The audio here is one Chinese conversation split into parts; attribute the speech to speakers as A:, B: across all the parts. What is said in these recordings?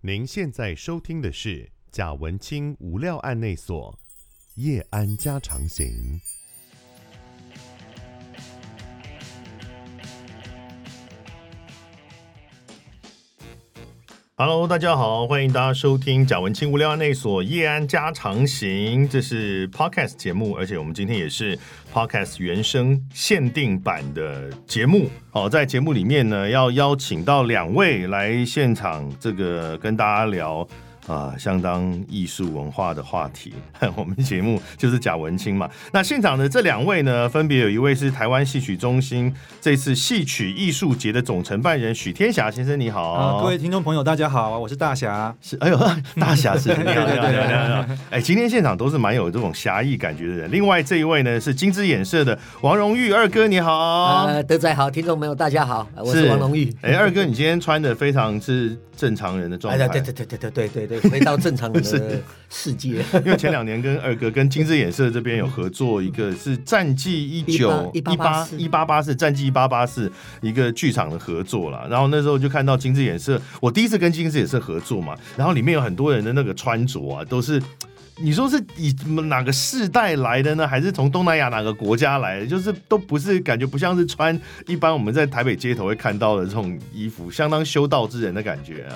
A: 您现在收听的是贾文清无料案内所夜安家常行。Hello，大家好，欢迎大家收听贾文清无聊案内所夜安家常行，这是 Podcast 节目，而且我们今天也是 Podcast 原声限定版的节目。好，在节目里面呢，要邀请到两位来现场，这个跟大家聊。啊，相当艺术文化的话题。 我们节目就是贾文清嘛。那现场的这两位呢，分别有一位是台湾戏曲中心这次戏曲艺术节的总承办人许天霞先生，你好。
B: 啊，各位听众朋友，大家好，我是 大侠。
A: 是，哎呦，大侠是， 你好，你
B: 对
A: 好，
B: 对
A: 你
B: 对
A: 好，你好。哎，今天现场都是蛮有这种侠义感觉的人。另外这一位呢是金枝演社的王荣玉二哥，你好。
C: 呃，德仔好，听众朋友大家好，呃我是王龙玉。
A: 哎，二哥，你今天穿的非常是正常人的状
C: 哎
A: 态。
C: 呀，对对对对对对对对，回到正 常人的世界。
A: 因为前两年跟二哥跟金枝演社这边有合作，一个是《战绩一九
C: 18
A: 一八八四》《战绩一八八四》一个剧场的合作啦。然后那时候就看到金枝演社，我第一次跟金枝演社合作嘛，然后里面有很多人的那个穿着啊，都是。你说是以哪个世代来的呢？还是从东南亚哪个国家来的？就是都不是，感觉不像是穿一般我们在台北街头会看到的这种衣服，相当修道之人的感觉啊。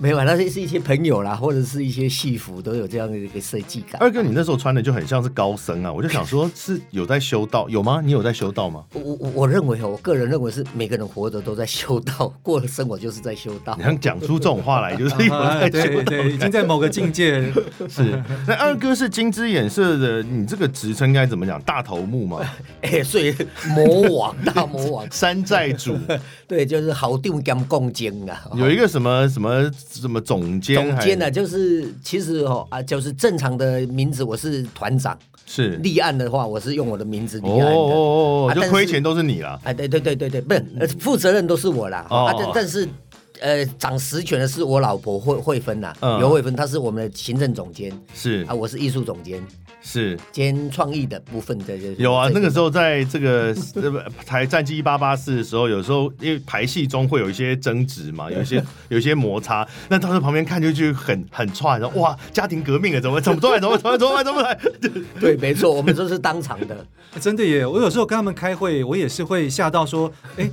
C: 没有啊，那是是一些朋友啦，或者是一些戏服都有这样的一个设计感。
A: 二哥，你那时候穿的就很像是高僧啊，我就想 说，是有在修道有吗？你有在修道吗？
C: 我我我认为哦，我个人认为是每个人活着都在修道， 过了生活就是在修 道
A: 你。想讲出这种话来，就是有
C: 啊
A: 在修道。
B: 啊对对，已经在某个境界。
A: 是，那二哥是金枝演社的，你这个职称该怎么讲？大头目 嘛，
C: 哎，所以魔王大魔 王，
A: 山寨主，
C: 对，就是好定跟共精啊。哦
A: 有一个什么什么什么总监还，
C: 总监呢、啊就是其实哦啊，就是正常的名字我是团长，
A: 是
C: 立案的话我是用我的名字立
A: 哦
C: 案的。
A: 哦哦，
C: 啊
A: 就
C: 但是
A: 亏钱都是你啦。
C: 啊，对对对对对，不是呃负责任都是我啦。
A: 嗯哦
C: 啊，但但是呃，掌实权的是我老婆慧慧芬呐
A: 嗯，
C: 刘慧芬，她是我们的行政总监
A: 是
C: 啊，我是艺术总监
A: 是，
C: 兼创意的部分的。就是
A: 有啊，
C: 这
A: 那个时候在这个这个台战绩一八八四的时候，有时候因为排戏中会有一些争执嘛，有一些有一些摩擦。那当时旁边看就去很很串，然后哇，家庭革命啊，怎么怎么怎么怎么怎么怎么怎么 来？
C: 对，没错，我们都是当场 的。
B: 真的耶！我有时候跟他们开会，我也是会吓到说，哎，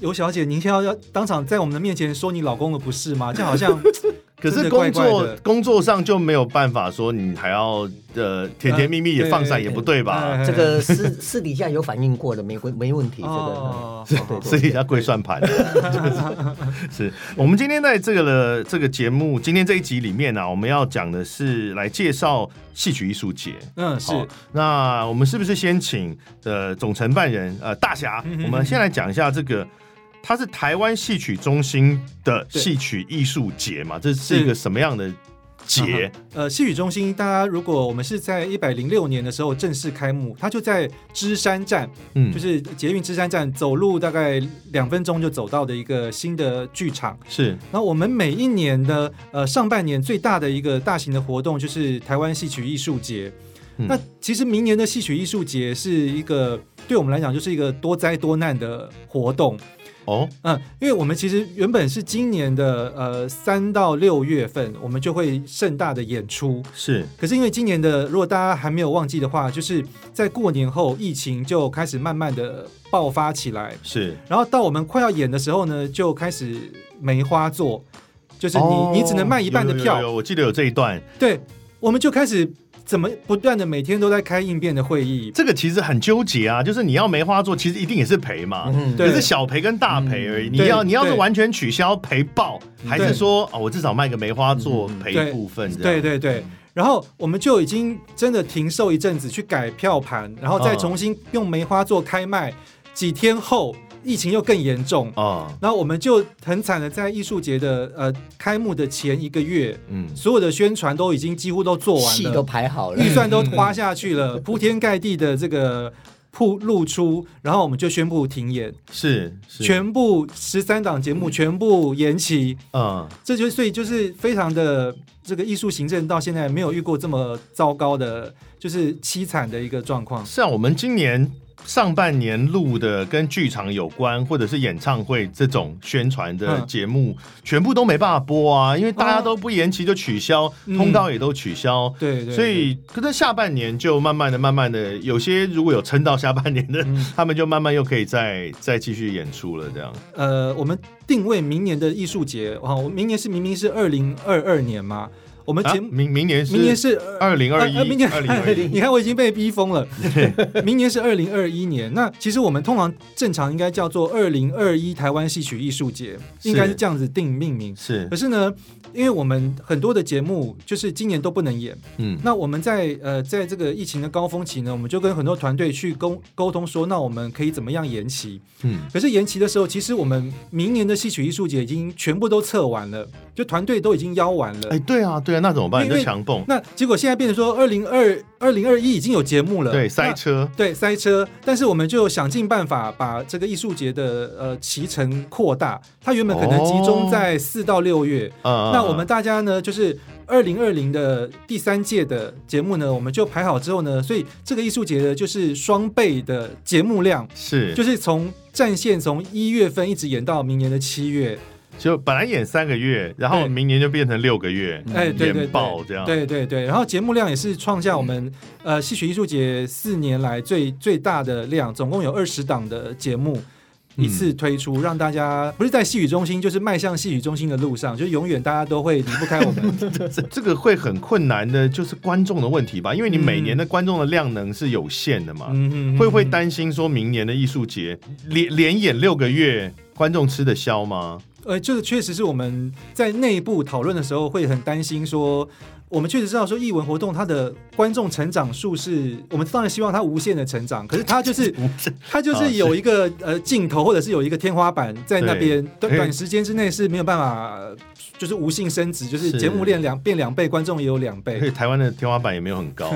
B: 尤小姐，您现在要当场在我们的面前说你老公的不是吗？这好像
A: 可
B: 真
A: 是
B: 的
A: 工
B: 怪
A: 作
B: 怪的
A: 工作上就没有办法说你还要呃甜甜蜜蜜也
B: 呃
A: 放闪
B: 对
A: 也不对吧？
B: 哎
C: 这个私私底下有反映过的，没问没问题。这个
B: 哦，
A: 私底下跪算盘， 就是是我们今天在这个的这个节目，今天这一集里面呢、啊我们要讲的是来介绍戏曲艺术节。
B: 嗯，是
A: 好，那我们是不是先请呃总承办人呃大侠，
B: 嗯
A: 我们先来讲一下这个，它是台湾戏曲中心的
B: 对
A: 戏曲艺术节嘛？这是一个什么样的节？
B: 呃，戏曲中心，大家如果我们是在一百零六年的时候正式开幕，它就在芝山站，
A: 嗯
B: 就，是捷运芝山站，走路大概两分钟就走到的一个新的剧场。
A: 是
B: 那我们每一年的呃上半年最大的一个大型的活动就是台湾戏曲艺术节。
A: 嗯
B: 那其实明年的戏曲艺术节是一个对我们来讲就是一个多灾多难的活动，
A: 哦，
B: 嗯，因为我们其实原本是今年的呃三到六月份我们就会盛大的演出，
A: 是
B: 可是因为今年的呃如果大家还没有忘记的话，就是在过年后疫情就开始慢慢的爆发起来，
A: 是
B: 然后到我们快要演的时候呢，就开始梅花座，就是你、
A: 哦
B: 你只能卖一半的票，
A: 有有有有我记得有这一段，
B: 对，我们就开始怎么不断的每天都在开应变的会议，
A: 这个其实很纠结啊，就是你要梅花座，其实一定也是赔嘛。
C: 嗯，
B: 对
A: 可是小赔跟大赔而已，
B: 嗯
A: 你要
B: 对
A: 你要是
B: 对
A: 完全取消赔爆，还是
B: 对
A: 说啊、我至少卖个梅花座
C: 嗯
A: 赔一
B: 对
A: 部分这样？
B: 对对对。然后我们就已经真的停售一阵子，去改票盘，然后再
A: 嗯
B: 重新用梅花座开卖。几天后，疫情又更严重，
A: 啊，
B: 然后我们就很惨的在艺术节的呃开幕的前一个月，
A: 嗯，
B: 所有的宣传都已经几乎都做完
C: 戏都
B: 了，
C: 排好了
B: 预。算都花下去了，铺天盖地的这个铺露出，然后我们就宣布停演，
A: 是是
B: 全部十三档节目全部延期，
A: 嗯。
B: 这就所以就是非常的这个艺术行政到现在没有遇过这么糟糕的，就是凄惨的一个状况。
A: 像我们今年上半年录的跟剧场有关，或者是演唱会这种宣传的
B: 嗯
A: 节目，全部都没办法播啊，因为大家
B: 哦
A: 都不延期就取消，
B: 嗯
A: 通告也都取消。
B: 对对，
A: 所以，可能下半年就慢慢的、慢慢的，有些如果有撑到下半年的，
B: 嗯
A: 他们就慢慢又可以再再继续演出了。这样，
B: 呃，我们定位明年的艺术节啊，我明年是明明是二零二二年嘛，我们
A: 啊
B: 节目、
A: 明明年是
B: 明年是
A: 二零二一，
B: 啊明年
A: 二零二一，
B: 你看我已经被逼 疯了。明年是二零二一年，那其实我们通常正常应该叫做二零二一台湾戏曲艺术节，
A: 是
B: 应该是这样子定命名。
A: 是
B: 可，是呢，因为我们很多的节目就是今年都不能演，
A: 嗯，
B: 那我们在呃在这个疫情的高峰期呢，我们就跟很多团队去沟沟通说，那我们可以怎么样延期？
A: 嗯，
B: 可是延期的时候，其实我们明年的戏曲艺术节已经全部都测完了，就团队都已经邀完了。
A: 哎，对啊，对啊，那怎么办？
B: 因
A: 就
B: 为
A: 强蹦，
B: 那结果现在变成说，二零二二零二一已经有节目了，
A: 对，塞
B: 那
A: 车，
B: 对塞车，但是我们就想尽办法把这个艺术节的呃期程扩大。它原本可能集中在四到六月，
A: 哦啊，
B: 那我们大家呢，就是二零二零的第三届的节目呢，我们就排好之后呢，所以这个艺术节呢，就是双倍的节目量，
A: 是
B: 就是从战线从一月份一直演到明年的七月，
A: 就本来演三个月，然后
B: 对
A: 明年就变成六个月，
B: 哎，对对
A: 嗯演爆这样，嗯
B: 对对对，然后节目量也是创下我们、呃戏曲艺术节四年来最最大的量，总共有二十档的节目。
A: 嗯
B: 一次推出，让大家不是在戏曲中心，就是迈向戏曲中心的路上，就永远大家都会离不开 我们。
A: 这这个会很困难的，就是观众的问题吧，因为你每年的观众的量能是有限的嘛，
B: 嗯
A: 会不会
B: 嗯
A: 担心说明年的艺术节连连演六个月，观众吃得消吗？
B: 呃，这个确实是我们在内部讨论的时候会很担心说。我们确实知道说，艺文活动它的观众成长数是，我们当然希望它无限的成长，可是它就是 它就
A: 啊
B: 是有一个呃尽头，或者是有一个天花板在那边，短
A: 哎
B: 短时间之内是没有办法，呃就是无性升值，就是
A: 是
B: 节目量两变两倍，观众也有两倍
A: 而，且台湾的天花板也没有很 高，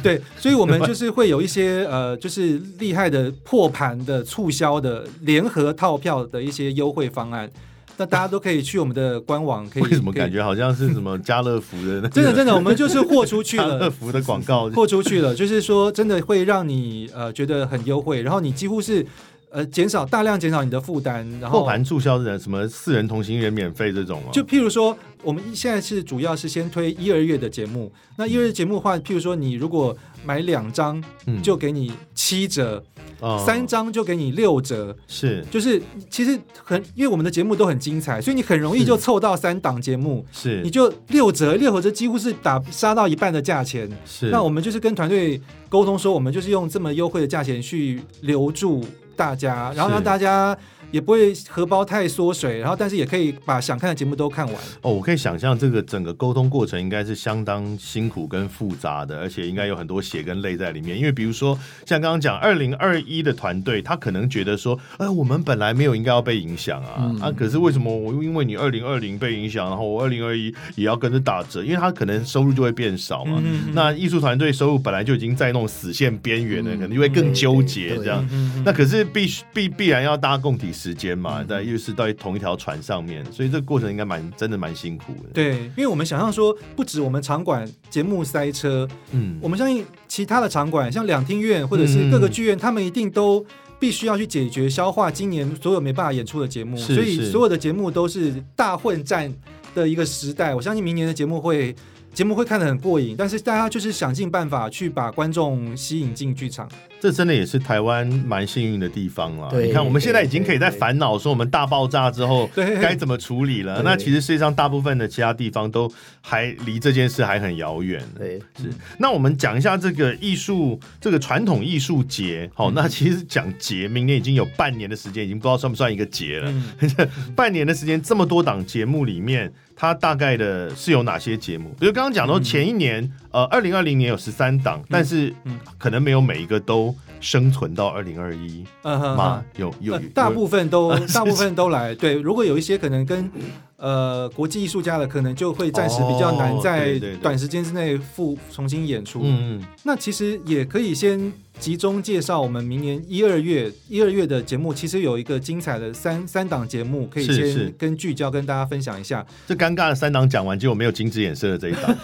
B: 对，所以 我们就是会有一些呃，就是厉害的破盘的促销的联合套票的一些优惠方案，那大家都可以去我们的官网，可以
A: 为什么感？
B: 可以
A: 觉好像是什么家乐福的那个
B: 真的 真的，我们就是豁出去
A: 家乐
B: 了。
A: 福的广告？
B: 豁出去了，就是说真的会让你呃觉得很优惠，然后你几乎是呃减少大量减少你的负担，然后
A: 破盘促销的什么四人同行一人免费这种吗？啊
B: 就譬如说，我们现在是主要是先推一二月的节目。那一二月节目的话，譬如说你如果买两张，
A: 嗯
B: 就给你七折；
A: 哦
B: 三张就给你六折。
A: 是
B: 就是其实很，因为我们的节目都很精彩，所以你很容易就凑到三档节目，
A: 是
B: 你就六折，六折几乎是打杀到一半的价钱。
A: 是
B: 那我们就是跟团队沟通说，我们就是用这么优惠的价钱去留住大家，然后
A: 是
B: 让大家也不会荷包太缩水，然后但是也可以把想看的节目都看完。
A: 哦，我可以想象这个整个沟通过程应该是相当辛苦跟复杂的，而且应该有很多血跟泪在里面。因为比如说像刚刚讲二零二一的团队，他可能觉得说，呃，我们本来没有应该要被影响啊，
B: 嗯
A: 啊，可是为什么我因为你二零二零被影响，然后我二零二一也要跟着打折？因为他可能收入就会变少嘛。
B: 嗯
A: 那艺术团队收入本来就已经在那种死线边缘了，
C: 嗯
A: 可能就会更
C: 对
A: 纠结这
C: 对
A: 样。
B: 嗯
A: 那可是必须必必然要搭共体时间嘛，
C: 嗯
A: 在又是到同一条船上面，所以这个过程应该蛮真的蛮辛苦的。，
B: 对，因为我们想象说，不止我们场馆节目塞车，
A: 嗯，
B: 我们相信其他的场馆，像两厅院或者是各个剧院，他们一定都必须要去解决消化今年所有没办法演出的节目，
A: 是
B: 所
A: 是
B: 以所有的节目都是大混战的一个时代。我相信明年的节目会。节目会看得很过瘾，但是大家就是想尽办法去把观众吸引进剧场。
A: 这真的也是台湾蛮幸运的地方啦。
C: 对
A: 你看我们现在已经可以在
C: 对对
A: 烦恼说我们大爆炸之后
B: 对
A: 该怎么处理了。
C: 对
A: 那其实世界上大部分的其他地方都还离这件事还很遥远。
C: 对，
A: 是，那我们讲一下这个艺术，这个传统艺术节。
C: 嗯
A: 好、那其实讲节，明年已经有半年的时间，已经不知道算不算一个节了。
B: 嗯，
A: 半年的时间，这么多档节目里面，它大概的是有哪些节目？比如刚刚讲到前一年，呃，二零二零年有十三档，但是
B: 嗯
A: 可能没有每一个都生存到二零二一
B: 嗯哼
A: 嘛，有有
B: 呃
A: 有
B: 大部分都、 大部分都来。对，如果有一些可能跟呃国际艺术家的，可能就会暂时比较难
A: 哦
B: 在
A: 对对对
B: 短时间之内复重新演出。
A: 嗯嗯
B: 那其实也可以先集中介绍我们明年一二月一二月的节目，其实有一个精彩的三三档节目，可以
A: 是是
B: 先跟聚焦跟大家分享一下。
A: 这尴尬的三档讲完，结果没有金枝演社的这一档，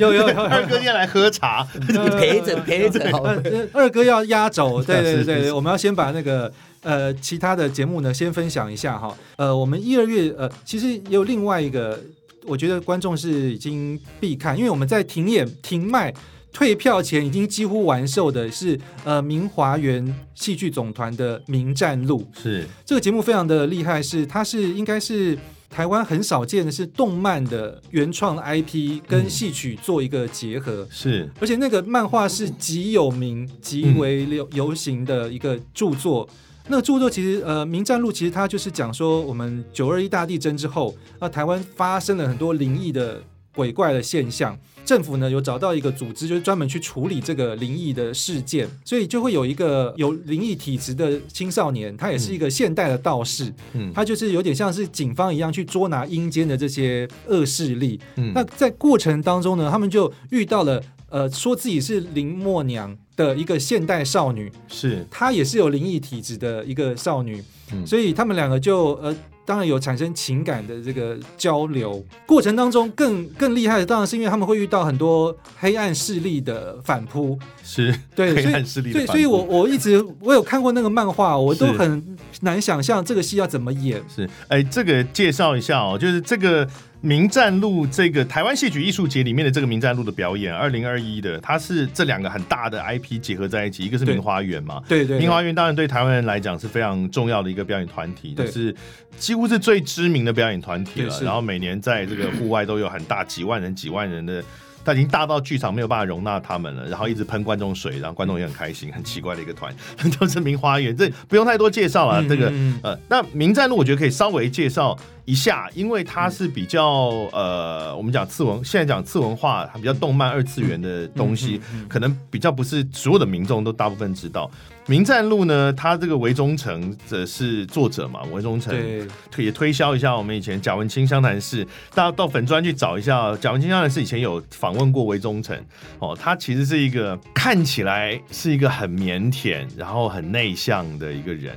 B: 有有有有
A: 二哥今天来喝 茶，
C: 你陪着陪着好
B: 呃，呃二哥要压轴，对对对对，我们要先把那个呃其他的节目呢先分享一下哈。呃，我们一二月呃，其实也有另外一个，我觉得观众是已经必看，因为我们在停演停卖。退票前已经几乎完售的是，呃，明华园戏剧总团的《名战录》
A: 是
B: 这个节目非常的厉害是，它是应该是台湾很少见的是动漫的原创 IP 跟戏曲做一个结合，
A: 是
B: 而且那个漫画是极有名、极为流流行的一个著作。那个著作其实，呃，《名战录》其实它就是讲说，我们九二一大地震之后，那、台湾发生了很多灵异的鬼怪的现象。政府呢有找到一个组织，就是专门去处理这个灵异的事件，所以就会有一个有灵异体质的青少年，他也是一个现代的道士，
A: 嗯
B: 他就是有点像是警方一样去捉拿阴间的这些恶势力。
A: 嗯
B: 那在过程当中呢，他们就遇到了呃，说自己是林默娘的一个现代少女，
A: 是
B: 她也是有灵异体质的一个少女，
A: 嗯
B: 所以他们两个就呃。当然有产生情感的这个交流过程当中更，更厉害的当然是因为他们会遇到很多黑暗势力的反扑，
A: 是
B: 对，
A: 黑
B: 所
A: 暗
B: 以
A: 势力的
B: 对，
A: 反
B: 所以
A: 扑
B: 我我一直我有看过那个漫画，我都
A: 是
B: 很难想象这个戏要怎么演。
A: 是，哎，这个介绍一下哦，就是这个《名战录》这个台湾戏曲艺术节里面的这个《名战录》的表演，二零二一的，它是这两个很大的 IP 结合在一起，一个是
B: 对
A: 明花园嘛。
B: 对对，对
A: 明华园当然对台湾人来讲是非常重要的一个表演团体，就
B: 对
A: 是几乎是最知名的表演团体
B: 对
A: 了。
B: 是
A: 然后每年在这个户外都有很大几万人、几万人的，但已经大到剧场没有办法容纳他们了。然后一直喷观众水，然后观众也很开心，很奇怪的一个团， 就是明花园。这不用太多介绍了，
B: 嗯
A: 这个
B: 嗯嗯
A: 呃，那名战路我觉得可以稍微介绍一下，因为它是比较呃，我们讲次文，现在讲次文化，它比较动漫二次元的东西，可能比较不是所有的民众都大部分知道。名战路呢，它这个韦忠诚则是作者嘛，韦忠诚
B: 对
A: 推也推销一下我们以前贾文清湘潭市，大家到粉专去找一下，贾文清湘潭市以前有访问过韦忠诚哦，他其实是一个看起来是一个很腼腆，然后很内向的一个人。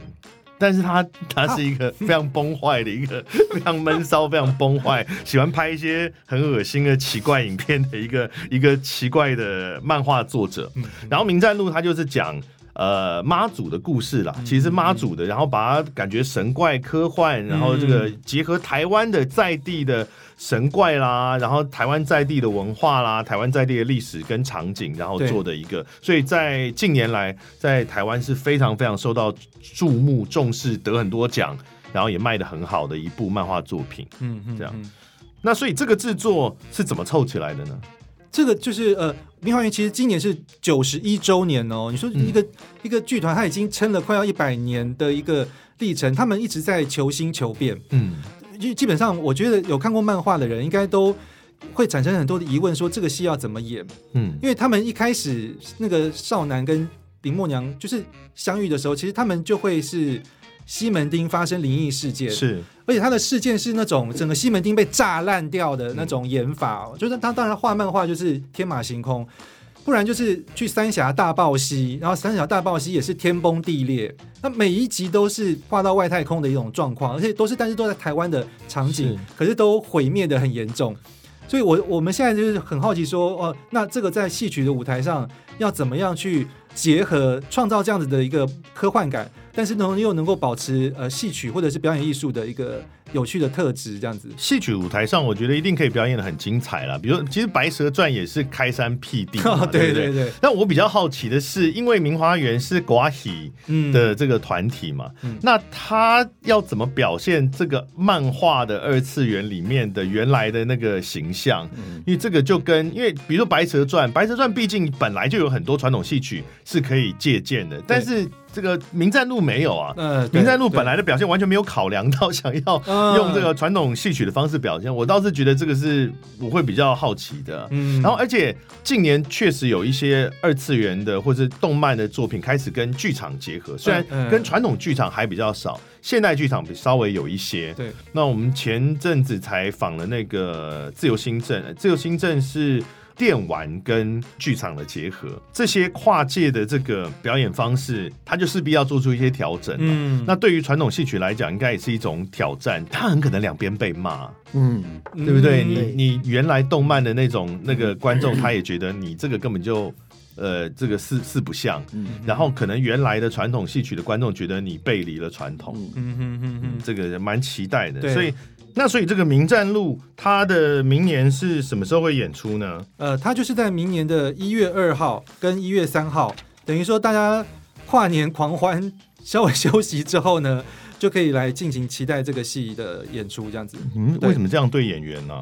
A: 但是他他是一个非常崩坏的一个 非常闷骚、非常崩坏，喜欢拍一些很恶心的奇怪影片的一个一个奇怪的漫画作者。然后《名战录》他就是讲呃妈祖的故事啦，其实是妈祖的，然后把它感觉神怪科幻，然后这个呃结合台湾的在地的神怪啦，然后台湾在地的文化啦，台湾在地的历史跟场景，然后
B: 对
A: 做的一个，所以在近年来在台湾是非常非常受到注目、重视，得很多奖。然后也卖的很好的一部漫画作品，
B: 嗯嗯
A: 这样
B: 嗯
A: 那所以这个制作是怎么凑起来的呢？
B: 这个就是呃，明华园其实今年是九十一周年哦。你说一个、一个剧团，它已经撑了快要一百年的一个历程，他们一直在求新求变。
A: 嗯，
B: 基基本上，我觉得有看过漫画的人，应该都会产生很多的疑问，说这个戏要怎么演？
A: 嗯，
B: 因为他们一开始那个少男跟林默娘就是相遇的时候，其实他们就会是西门町发生灵异事件，
A: 是
B: 而且他的事件是那种整个西门町被炸烂掉的那种演法哦，就是他当然画漫画就是天马行空，不然就是去三峡大爆溪，然后三峡大爆溪也是天崩地裂，那每一集都是画到外太空的一种状况，而且都是但是都在台湾的场景
A: 是，
B: 可是都毁灭的很严重。所以我，我们现在就是很好奇说，哦，那这个在戏曲的舞台上要怎么样去结合创造这样子的一个科幻感，但是呢又能够保持呃戏曲或者是表演艺术的一个有趣的特质，这样子。
A: 戏曲舞台上，我觉得一定可以表演的很精彩啦。比如，其实《白蛇传》也是开山辟地嘛，
B: 对
A: 不
B: 对对，
A: 但我比较好奇的是，因为明华园是寡喜
B: 嗯，
A: 的这个团体嘛，
B: 嗯
A: 那他要怎么表现这个漫画的二次元里面的原来的那个形象？
B: 嗯
A: 因为这个就跟因为比如说《白蛇传》，《白蛇传》毕竟本来就有很多传统戏曲是可以借鉴的，但是这个《名战录》没有啊。
B: 呃，对
A: 名战路
B: 对
A: 本来的表现完全没有考量到想要
B: 嗯
A: 用这个传统戏曲的方式表现，我倒是觉得这个是我会比较好奇的。
B: 嗯
A: 然后，而且近年确实有一些二次元的或是动漫的作品开始跟剧场结合，虽然
B: 嗯
A: 跟传统剧场还比较少，现代剧场比稍微有一些。
B: 对
A: 那我们前阵子才访了那个自由新政，呃自由新政是。电玩跟剧场的结合，这些跨界的这个表演方式，它就势必要做出一些调整。
B: 嗯
A: 那对于传统戏曲来讲，应该也是一种挑战，它很可能两边被骂，
C: 嗯，
B: 嗯
A: 对不对？
B: 嗯
A: 你你原来动漫的那种那个观众，他也觉得你这个根本就呃这个四四不像，然后可能原来的传统戏曲的观众觉得你背离了传统，
C: 嗯
B: 嗯哼哼哼，
A: 这个蛮期待的。
B: 对
A: 所以那所以这个《名战录》它的明年是什么时候会演出呢？
B: 呃，它就是在明年的一月二号跟一月三号，等于说大家跨年狂欢，稍微休息之后呢， 就可以来进行期待这个戏的演出，这样子。
A: 嗯，
B: 对
A: 为什么这样对演员呢、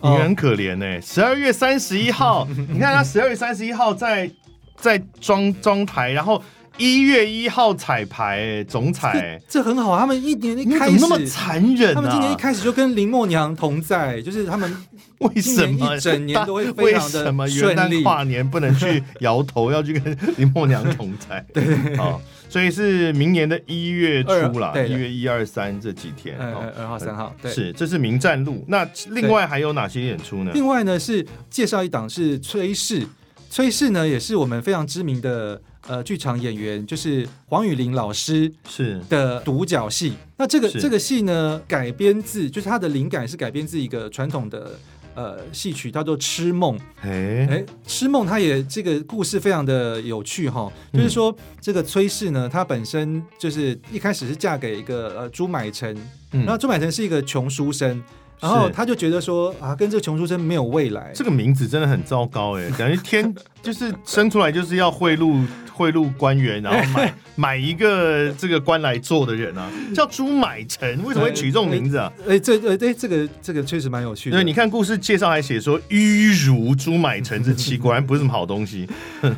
B: 哦
A: 演员很可怜呢、十二月三十一 号，你看他十二月三十一号在在装装台，然后一月一号彩排、总彩、
B: 这这很好，他们一年 一
A: 你
B: 开
A: 哎怎
B: 始
A: 么那么残忍、啊？
B: 他们今年一开始就跟林默娘同在，就是他 们
A: 为什
B: 一
A: 么
B: 年一整年都会
A: 大
B: 非常地
A: 为什么元
B: 顺利
A: 旦跨年不能去摇头，要去跟林默娘同 在？对啊、所以是明年的一月初啦
B: 二，对
A: 一月一二三这几天。
B: 呃
A: 哦
B: 二号三号对。
A: 是，这是名战路。那另外还有哪些演出呢？
B: 另外呢是介绍一档是崔氏，崔氏呢也是我们非常知名的呃剧场演员，就是黄雨玲老师
A: 是
B: 的独角戏。那这个
A: 是
B: 这个戏呢改编自，就是它的灵感是改编自一个传统的。呃，戏曲叫做《痴梦》，
A: 哎
B: 哎，《痴梦》它也这个故事非常的有趣哈、
A: 嗯
B: 就是说这个崔氏呢，她本身就是一开始是嫁给一个呃朱买臣，
A: 嗯
B: 然后朱买臣是一个穷书生，然后
A: 是
B: 他就觉得说啊，跟这个穷书生没有未来，
A: 这个名字真的很糟糕 哎、感觉天就是生出来就是要贿赂贿赂官员，然 后买买一个这个官来做的人啊，叫朱买臣，为什么会取这种名字啊？
B: 哎，这呃，哎，这个这个确实蛮有趣的。
A: 对，你看故事介绍还写说迂儒朱买臣之妻，果然不是什么好东 西。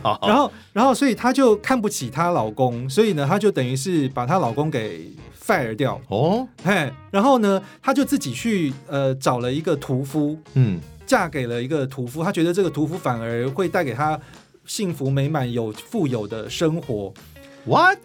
A: 好
B: 然后然后所以她就看不起她老公，所以呢，她就等于是把她老公给 fire 掉，
A: 哦，
B: 嘿，然后呢，她就自己去呃找了一个屠夫，
A: 嗯，
B: 嫁给了一个屠夫，她觉得这个屠夫反而会带给她幸福美满、有富有的生活。
A: what？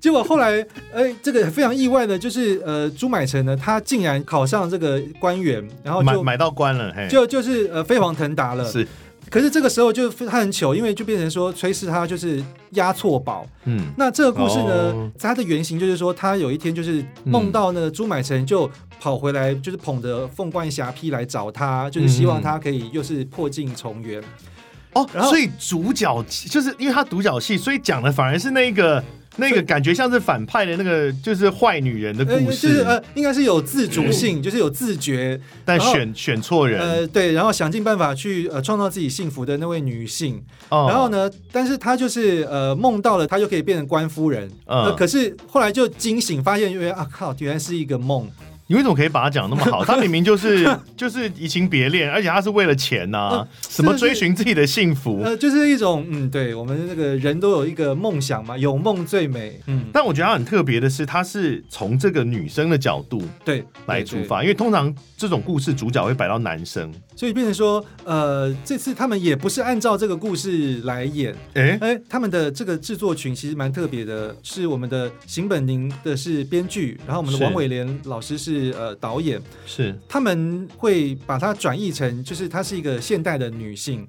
B: 结果后来，哎，这个非常意外的，就是呃，朱买臣呢，他竟然考上这个官员，然后
A: 买
B: 哦就
A: 买到官了，嘿，
B: 就就是呃飞黄腾达了。
A: 是，
B: 可是这个时候就他很糗，因为就变成说崔氏他就是押错宝。
A: 嗯，
B: 那这个故事呢，
A: 哦
B: 它的原型就是说，他有一天就是梦到呢，朱买臣就跑回来，就是捧着凤冠霞帔来找他，就是希
A: 嗯
B: 望他可以又是破镜重圆。
A: 哦，
B: 然后
A: 所以主角就是因为他独角戏，所以讲的反而是那个那个感觉像是反派的那个就是坏女人的
B: 呃，
A: 故
B: 就
A: 事，嗯
B: 是呃，应该是有自主性，就是有自觉，
A: 但
B: 然后
A: 选选错人。
B: 呃，对，然后想尽办法去呃创造自己幸福的那位女性。
A: 哦
B: 然后？呢，但是她就是呃梦到了，她就可以变成官夫人。
A: 嗯
B: 呃，可是后来就惊醒，发现因为啊靠，原来是一个梦。
A: 你为什么可以把他讲得那么好？ 他明明就是就是移情别恋，而且他是为了钱呐、
B: 呃
A: 什么
B: 真的
A: 追
B: 是
A: 寻自己的幸福。
B: 呃，就是一种嗯，对我们这个人都有一个梦想嘛，有梦最美。嗯，
A: 但我觉得他很特别的是，他是从这个女生的角度
B: 对，
A: 来
B: 对
A: 出，发，因为通常这种故事主角会摆到男生。
B: 对所以变成说，呃，这次他们也不是按照这个故事来演，
A: 哎、
B: 哎，他们的这个制作群其实蛮特别的，是我们的邢本宁的是编剧，然后我们的
A: 是
B: 王伟莲老师是呃导演，
A: 是
B: 他们会把它转译成就是她是一个现代的女性，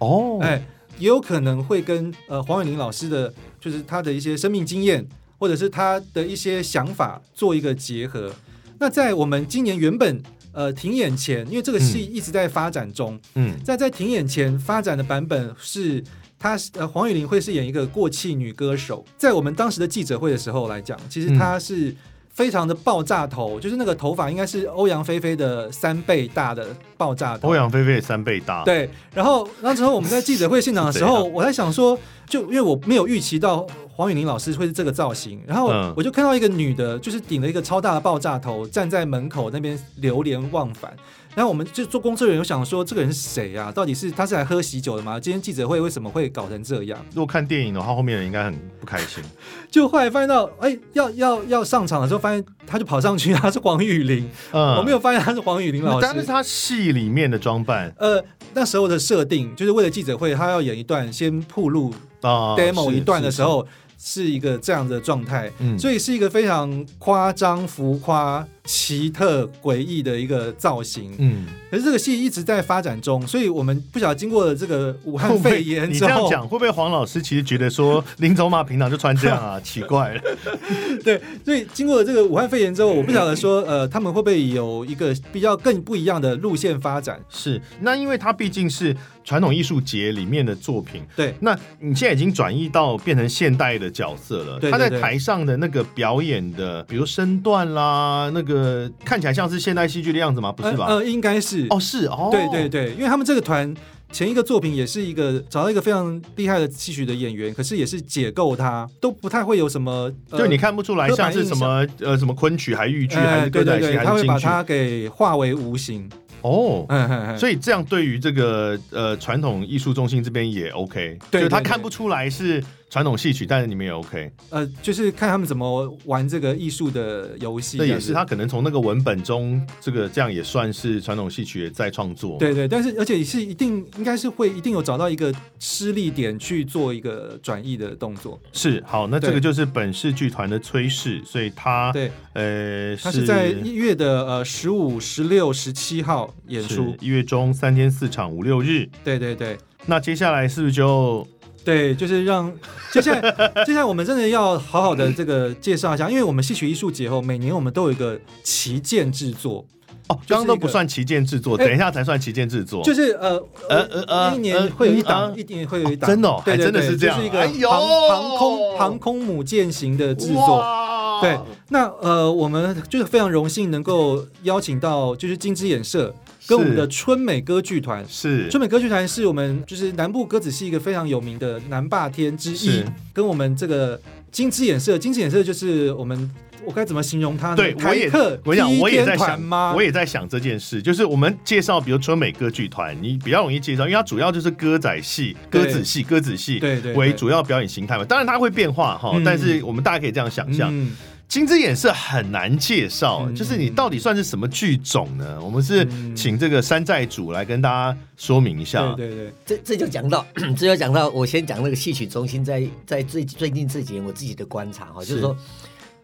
A: 哦，
B: 哎，也有可能会跟呃黄伟玲老师的就是她的一些生命经验，或者是她的一些想法做一个结合。那在我们今年原本呃停演前，因为这个戏一直在发展中，
A: 嗯，
B: 在在停演前发展的版本是。她是呃，黄雨玲会饰演一个过气女歌手。在我们当时的记者会的时候来讲，其实她是非常的爆炸头，就是那个头发应该是欧阳菲菲的三倍大的爆炸头。
A: 欧阳菲菲也三倍大，，
B: 对，然后那时候我们在记者会现场的时
A: 是
B: 候，
A: 怎
B: 我在想说，就因为我没有预期到黄雨玲老师会是这个造型，然后
A: 嗯
B: 我就看到一个女的，就是顶了一个超大的爆炸头，站在门口那边流连忘返。然后我们就做工作人员就想说，这个人是谁啊？到底是他是来喝喜酒的吗？今天记者会为什么会搞成这样？
A: 如果看电影的话，后面的人应该很不开心。
B: 就后来发现到，哎，要要要上场的时候，发现他就跑上去，他是黄雨玲，
A: 嗯
B: 我没有发现他是黄雨玲老
A: 那
B: 师
A: 但。是他戏里面的装扮
B: 呃，那时候的设定就是为了记者会，他要演一段先铺路
A: 啊
B: demo
A: 是
B: 一段的
A: 是
B: 时候是一个这样的状态，
A: 嗯
B: 所以是一个非常夸张、浮夸，奇特诡异的一个造型。
A: 嗯，
B: 可是这个戏一直在发展中，所以我们不晓得经过了这个武
A: 会
B: 汉
A: 不
B: 肺
A: 会
B: 炎
A: 你
B: 之
A: 这样
B: 后，
A: 讲，会不会黄老师其实觉得说林走马平常就穿这样 啊，奇怪了。
B: 对，所以经过了这个武汉肺炎之后，我不晓得说呃他们会不会有一个比较更不一样的路线发展。
A: 是，那因为它毕竟是传统艺术节里面的作品，
B: 对，
A: 那你现在已经转移到变成现代的角色了。
B: 对对
A: 他在
B: 对
A: 台上的那个表演的，比如身段啦，那个看起来像是现代戏剧的样子吗？不是吧？
B: 呃，呃应该是
A: 哦，是哦，
B: 对对对，因为他们这个团前一个作品也是一个找到一个非常厉害的戏曲的演员，可是也是解构他，都不太会有什么，呃、
A: 就你看不出来
B: 刻
A: 像
B: 板
A: 是什么呃什么昆曲还豫剧还
B: 哎
A: 是
B: 对
A: 歌
B: 对
A: 仔
B: 对
A: 戏，
B: 他
A: 还是
B: 会
A: 京
B: 把
A: 剧
B: 它给化为无形。
A: 哦。
B: 嗯嗯嗯
A: 所以这样对于这个呃传统艺术中心这边也 OK，
B: 对
A: 就他
B: 对对
A: 看不出来是传统戏曲，但是你们也 OK，
B: 呃，就是看他们怎么玩这个艺术的游戏，
A: 这
B: 这
A: 也
B: 样子
A: 是他。可能从那个文本中，这个这样也算是传统戏曲的再创作。
B: 对对，但是而且是一定应该是会一定有找到一个失力点去做一个转移的动作，
A: 是好，那这
B: 对
A: 个就是本市剧团的崔氏，所以他
B: 对，
A: 呃
B: 它是在一月的呃十五、十六、十七号演出
A: 是，一月中三天四场五六日。
B: 对对对，
A: 那接下来是不是就
B: 对，就是让 接下来接下来我们真的要好好的这个介绍一下，因为我们戏曲艺术节后每年我们都有一个旗舰制作，
A: 哦，
B: 就是
A: 刚刚都
B: 一个
A: 不算旗舰制作，
B: 哎
A: 等一下才算旗舰制作，
B: 就是呃
A: 哦呃呃呃
B: 一
A: 呃
B: 年会有一
A: 呃
B: 档，一年会有一档，
A: 真的哦
B: 对对
A: 还真的
B: 对
A: 是这样
B: 就是一
A: 哎
B: 个
A: 呦
B: 航航空航空母舰型的制作。
A: 哇
B: 对，那呃，我们就是非常荣幸能够邀请到就是金枝演社跟我们
A: 是
B: 的春美歌剧团。
A: 是
B: 春美歌剧团是我们就是南部歌子戏一个非常有名的南霸天之一
A: 是，
B: 跟我们这个金枝演社，金枝演社就是我们我该怎么形容它呢？
A: 对，我也
B: 台客
A: 我想
B: 第一
A: 我也在
B: 天团
A: 想
B: 吗？
A: 我也在想这件事，就是我们介绍，比如春美歌剧团，你比较容易介绍，因为它主要就是歌仔戏、歌
B: 对
A: 子戏、歌子戏
B: 对对对
A: 为主要表演形态嘛。当然它会变化哈，
B: 嗯
A: 但是我们大家可以这样想象，
B: 嗯
A: 金枝演社很难介绍，
B: 嗯
A: 就是你到底算是什么剧种呢？我们是
B: 嗯
A: 请这个山寨主来跟大家说明一下。
B: 对对对，
C: 这这就讲到， 这就讲到，我先讲那个戏曲中心在在最最近这几年我自己的观察哈，就是是说，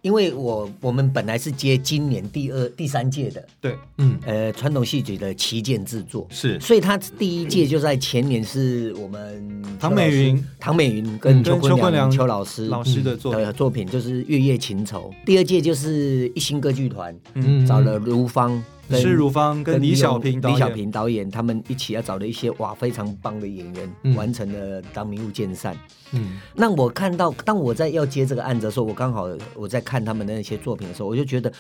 C: 因为我我们本来是接今年第二第三届的
B: 对，
A: 嗯，
C: 呃传统戏曲的旗舰制作，
A: 是
C: 所以他第一届就在前年是我们
B: 唐美云嗯
C: 邱老师、唐美云
B: 跟
C: 跟邱
B: 邱坤
C: 坤
B: 良
C: 良、邱老师
B: 老师的作品
C: 的作品就是《月夜情愁》，第二届就是一星歌剧团
A: 嗯
C: 找了卢芳呃跟。
B: 是汝芳跟李小平导
C: 李小
B: 演，
C: 平导演他们一起要找的一些哇非常棒的演员，
A: 嗯
C: 完成了《当迷雾渐散》。
A: 嗯
C: 那我看到，当我在要接这个案子的时候，我刚好我在看他们的那些作品的时候，我就觉得，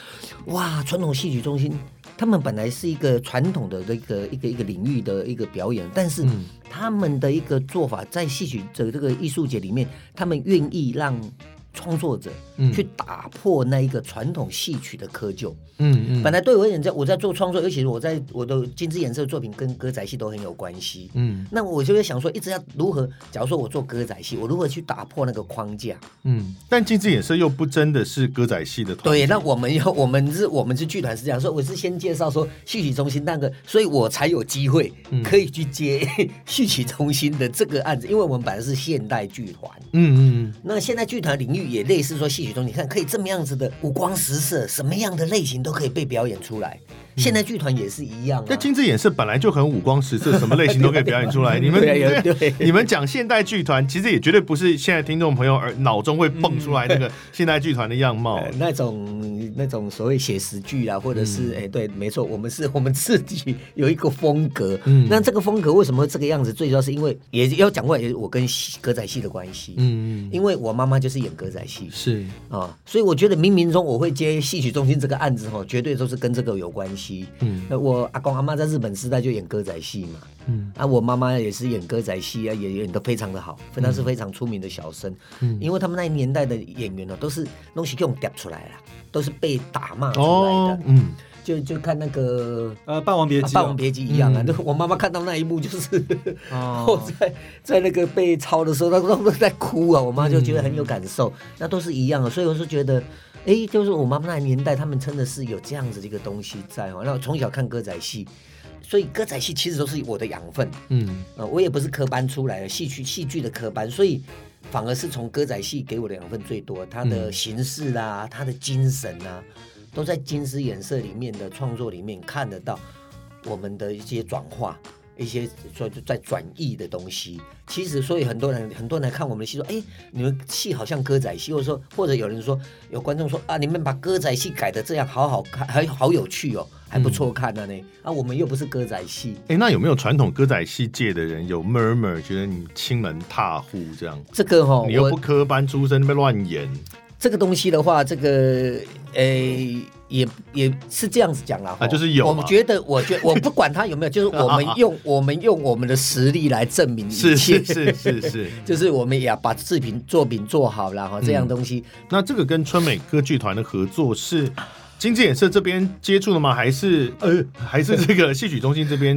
C: 哇，传统戏曲中心，他们本来是一个传统的这个一个一个领域的一个表演，但是
A: 嗯
C: 他们的一个做法在戏曲的这个艺术节里面，他们愿意让创作者
A: 嗯
C: 去打破那一个传统戏曲的窠臼。
A: 嗯嗯
C: 本来对我而言，在我在做创作，尤其是我在我的金枝演色作品跟歌仔戏都很有关系。
A: 嗯
C: 那我就会想说，一直要如何？假如说我做歌仔戏，我如何去打破那个框架？
A: 嗯，但金枝演社又不真的是歌仔戏的团体嗯
C: 对，那我们要， 我们是，我们是剧团是这样，所以我是先介绍说戏曲中心那个，所以我才有机会
A: 嗯
C: 可以去接 戏曲中心的这个案子，因为我们本来是现代剧团，
A: 嗯嗯嗯
C: 那现代剧团领域也类似说戏曲中心，你看可以这么样子的五光十色，什么样的类型都可以被表演出来。
A: 嗯
C: 现代剧团也是一样、啊，
A: 但金枝演社本来就很五光十色，什么类型都可以表演出来。你们
C: 对有对啊
A: 你们讲现代剧团，其实也绝对不是现在听众朋友耳脑中会蹦出来那
C: 嗯
A: 个现代剧团的样貌
C: 呃。那种那种所谓写实剧啦，或者是
A: 嗯
C: 哎、对，没错，我们是我们自己有一个风格。
A: 嗯
C: 那这个风格为什么这个样子？最主要是因为也要讲过来，也是我跟戏歌仔戏的关系。
A: 嗯，
C: 因为我妈妈就是演歌仔戏
A: 是
C: 啊，所以我觉得冥冥中我会接戏曲中心这个案子哦，绝对都是跟这个有关系。
A: 嗯
C: 那我阿公阿妈在日本时代就演歌仔戏嘛，
A: 嗯
C: 啊，我妈妈也是演歌仔戏啊，也演得非常的好，她是非常出名的小生，
A: 嗯
C: 因为他们那一年代的演员呢、哦都是东西用叠出来了，都是被打骂出来
A: 哦
C: 的，，
A: 嗯，
C: 就就看那个。
B: 呃，《霸王别
C: 啊
B: 姬》
C: 霸
B: 哦
C: 王别姬》一样啊，
A: 嗯
C: 那、我妈妈看到那一幕就是， 我
B: 哦，
C: 在在那个被抄的时候，她她都在哭啊，我妈就觉得很有感受，那都是一样的，所以我是觉得，哎，就是我妈妈那年代，他们真的是有这样子的一个东西在哦。那我从小看歌仔戏，所以歌仔戏其实都是我的养分，
A: 嗯
C: 呃，我也不是科班出来的，戏曲戏剧的科班，所以嗯啊反而是从歌仔戏给我的养分最多，它的形式啦、它的精神啦、啊都在金丝眼色里面的创作里面看得到我们的一些转化。一些说就在转译的东西，其实所以很多人很多人来看我们的戏说，哎、你们戏好像歌仔戏，或者说或者有人说有观众说啊，你们把歌仔戏改的这样好好看，还好有趣哦，还不错看呢、呢、啊，我们又不是歌仔戏，
A: 哎，那有没有传统歌仔戏界的人有 murmur 觉得你亲门踏户这样？
C: 这个哈、
A: 你又不
C: 哦我
A: 科班出身，那边乱演，
C: 这个东西的话，这个诶、也也是这样子讲啦，
A: 啊就是有
C: 我
A: 嘛啊
C: 觉得，我觉我不管他有没 有，就是我们用我们用我们的实力来证明一切。
A: 是是是是是。
C: 就是我们也要把制品作品做好了
A: 嗯
C: 哈，这样东西、
A: 那这个跟春美歌剧团的合作是经济演社这边接触的吗？还是呃， 还是这个戏曲中心这边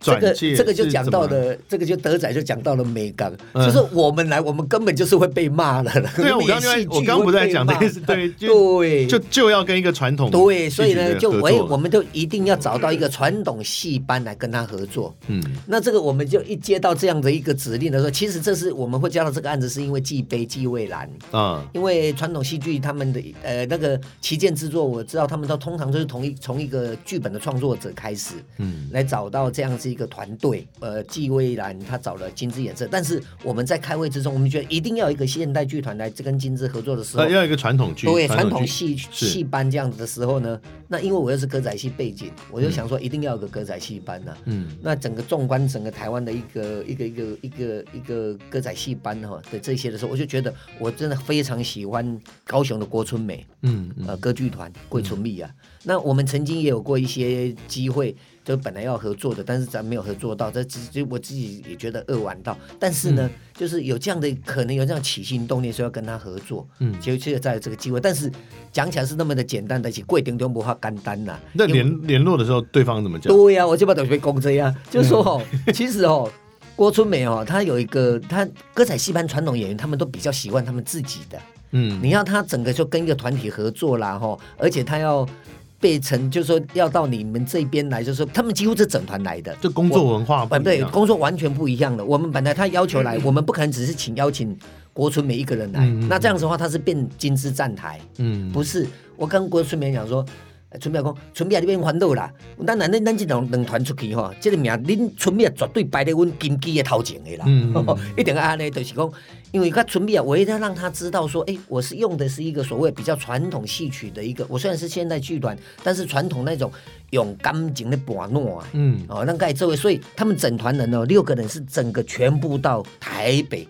C: 这
A: 转
C: 个
A: 介？
C: 这个就讲到
A: 是怎么了。
C: 了，这个就德仔就讲到了美感，
A: 嗯
C: 就是我们来，我们根本就是会被骂的了。
A: 对啊，我
C: 因为
A: 刚刚
C: 戏剧
A: 我刚刚不是在讲
C: 会
A: 这
C: 被
A: 件
C: 骂
A: 事， 对，就
C: 对，
A: 就就要跟一个传统
C: 对，所以
A: 戏
C: 呢，
A: 曲
C: 就
A: 的合
C: 喂，
A: 作
C: 我们就一定要找到一个传统戏班来跟他合作。
A: 嗯
C: 那这个我们就一接到这样的一个指令的时候，其实这是我们会接到这个案子，是因为既悲既畏难。
A: 啊
C: 因为传统戏剧他们的呃那个旗舰制作，我知道他们都通常都是同一从一个剧本的创作者开始，
A: 嗯
C: 来找到这样子一个团队。呃，纪蔚然他找了金枝演社，但是我们在开会之中，我们觉得一定要有一个现代剧团来跟金枝合作的时候
A: 呃，，要一个传统剧，
C: 对传
A: 传
C: 统
A: 剧
C: 戏
A: 是
C: 戏班这样子的时候呢，那因为我又是歌仔戏背景，我就想说一定要有个歌仔戏班啊呐、
A: 嗯
C: 那整个纵观整个台湾的一个一个一个一个一个歌仔戏班哈的这些的时候，我就觉得我真的非常喜欢高雄的郭春美
A: 嗯嗯
C: 呃歌剧团桂春蜜啊。那我们曾经也有过一些机会，就本来要合作的，但是咱没有合作到，这只就我自己也觉得扼腕到。但是呢，
A: 嗯
C: 就是有这样的可能有这样起心动念说要跟他合作，
A: 嗯，
C: 就就在这个机会。但是讲起来是那么的简单，但是贵顶顶不怕干单呐、
A: 那
C: 因为
A: 联联络的时候，对方怎么讲？
C: 对呀、啊我就把东西被攻这 样，就是说哦，其实哦，郭春梅哦，她有一个，她歌仔戏班传统演员，他们都比较喜欢他们自己的。
A: 嗯
C: 你要她整个就跟一个团体合作啦，吼，而且她要被成，就是说要到你们这边来，就是说他们几乎是整团来的。
A: 就工作文化不
C: 本
A: 一
C: 呃对
A: 样，嗯
C: 工作完全不一样的。我们本来他要求来，我们不可能只是请邀请国春梅一个人来。
A: 嗯嗯嗯
C: 那这样子的话，他是变金枝站台。
A: 嗯
C: 不是，我跟郭春梅讲说，呃春梅讲，春梅啊，你免烦恼啦。咱咱咱咱这两两团出去吼，这个名恁春梅啊绝对排在阮金鸡的头前的啦。
A: 嗯嗯嗯
C: 一定要安尼，就是讲，因为他春梅啊，我一定要让他知道说，哎、我是用的是一个所谓比较传统戏曲的一个，我虽然是现代剧团，但是传统那种用感情的把弄啊。
A: 嗯
C: 哦，让盖这位，所以他们整团人哦，六个人是整个全部到台北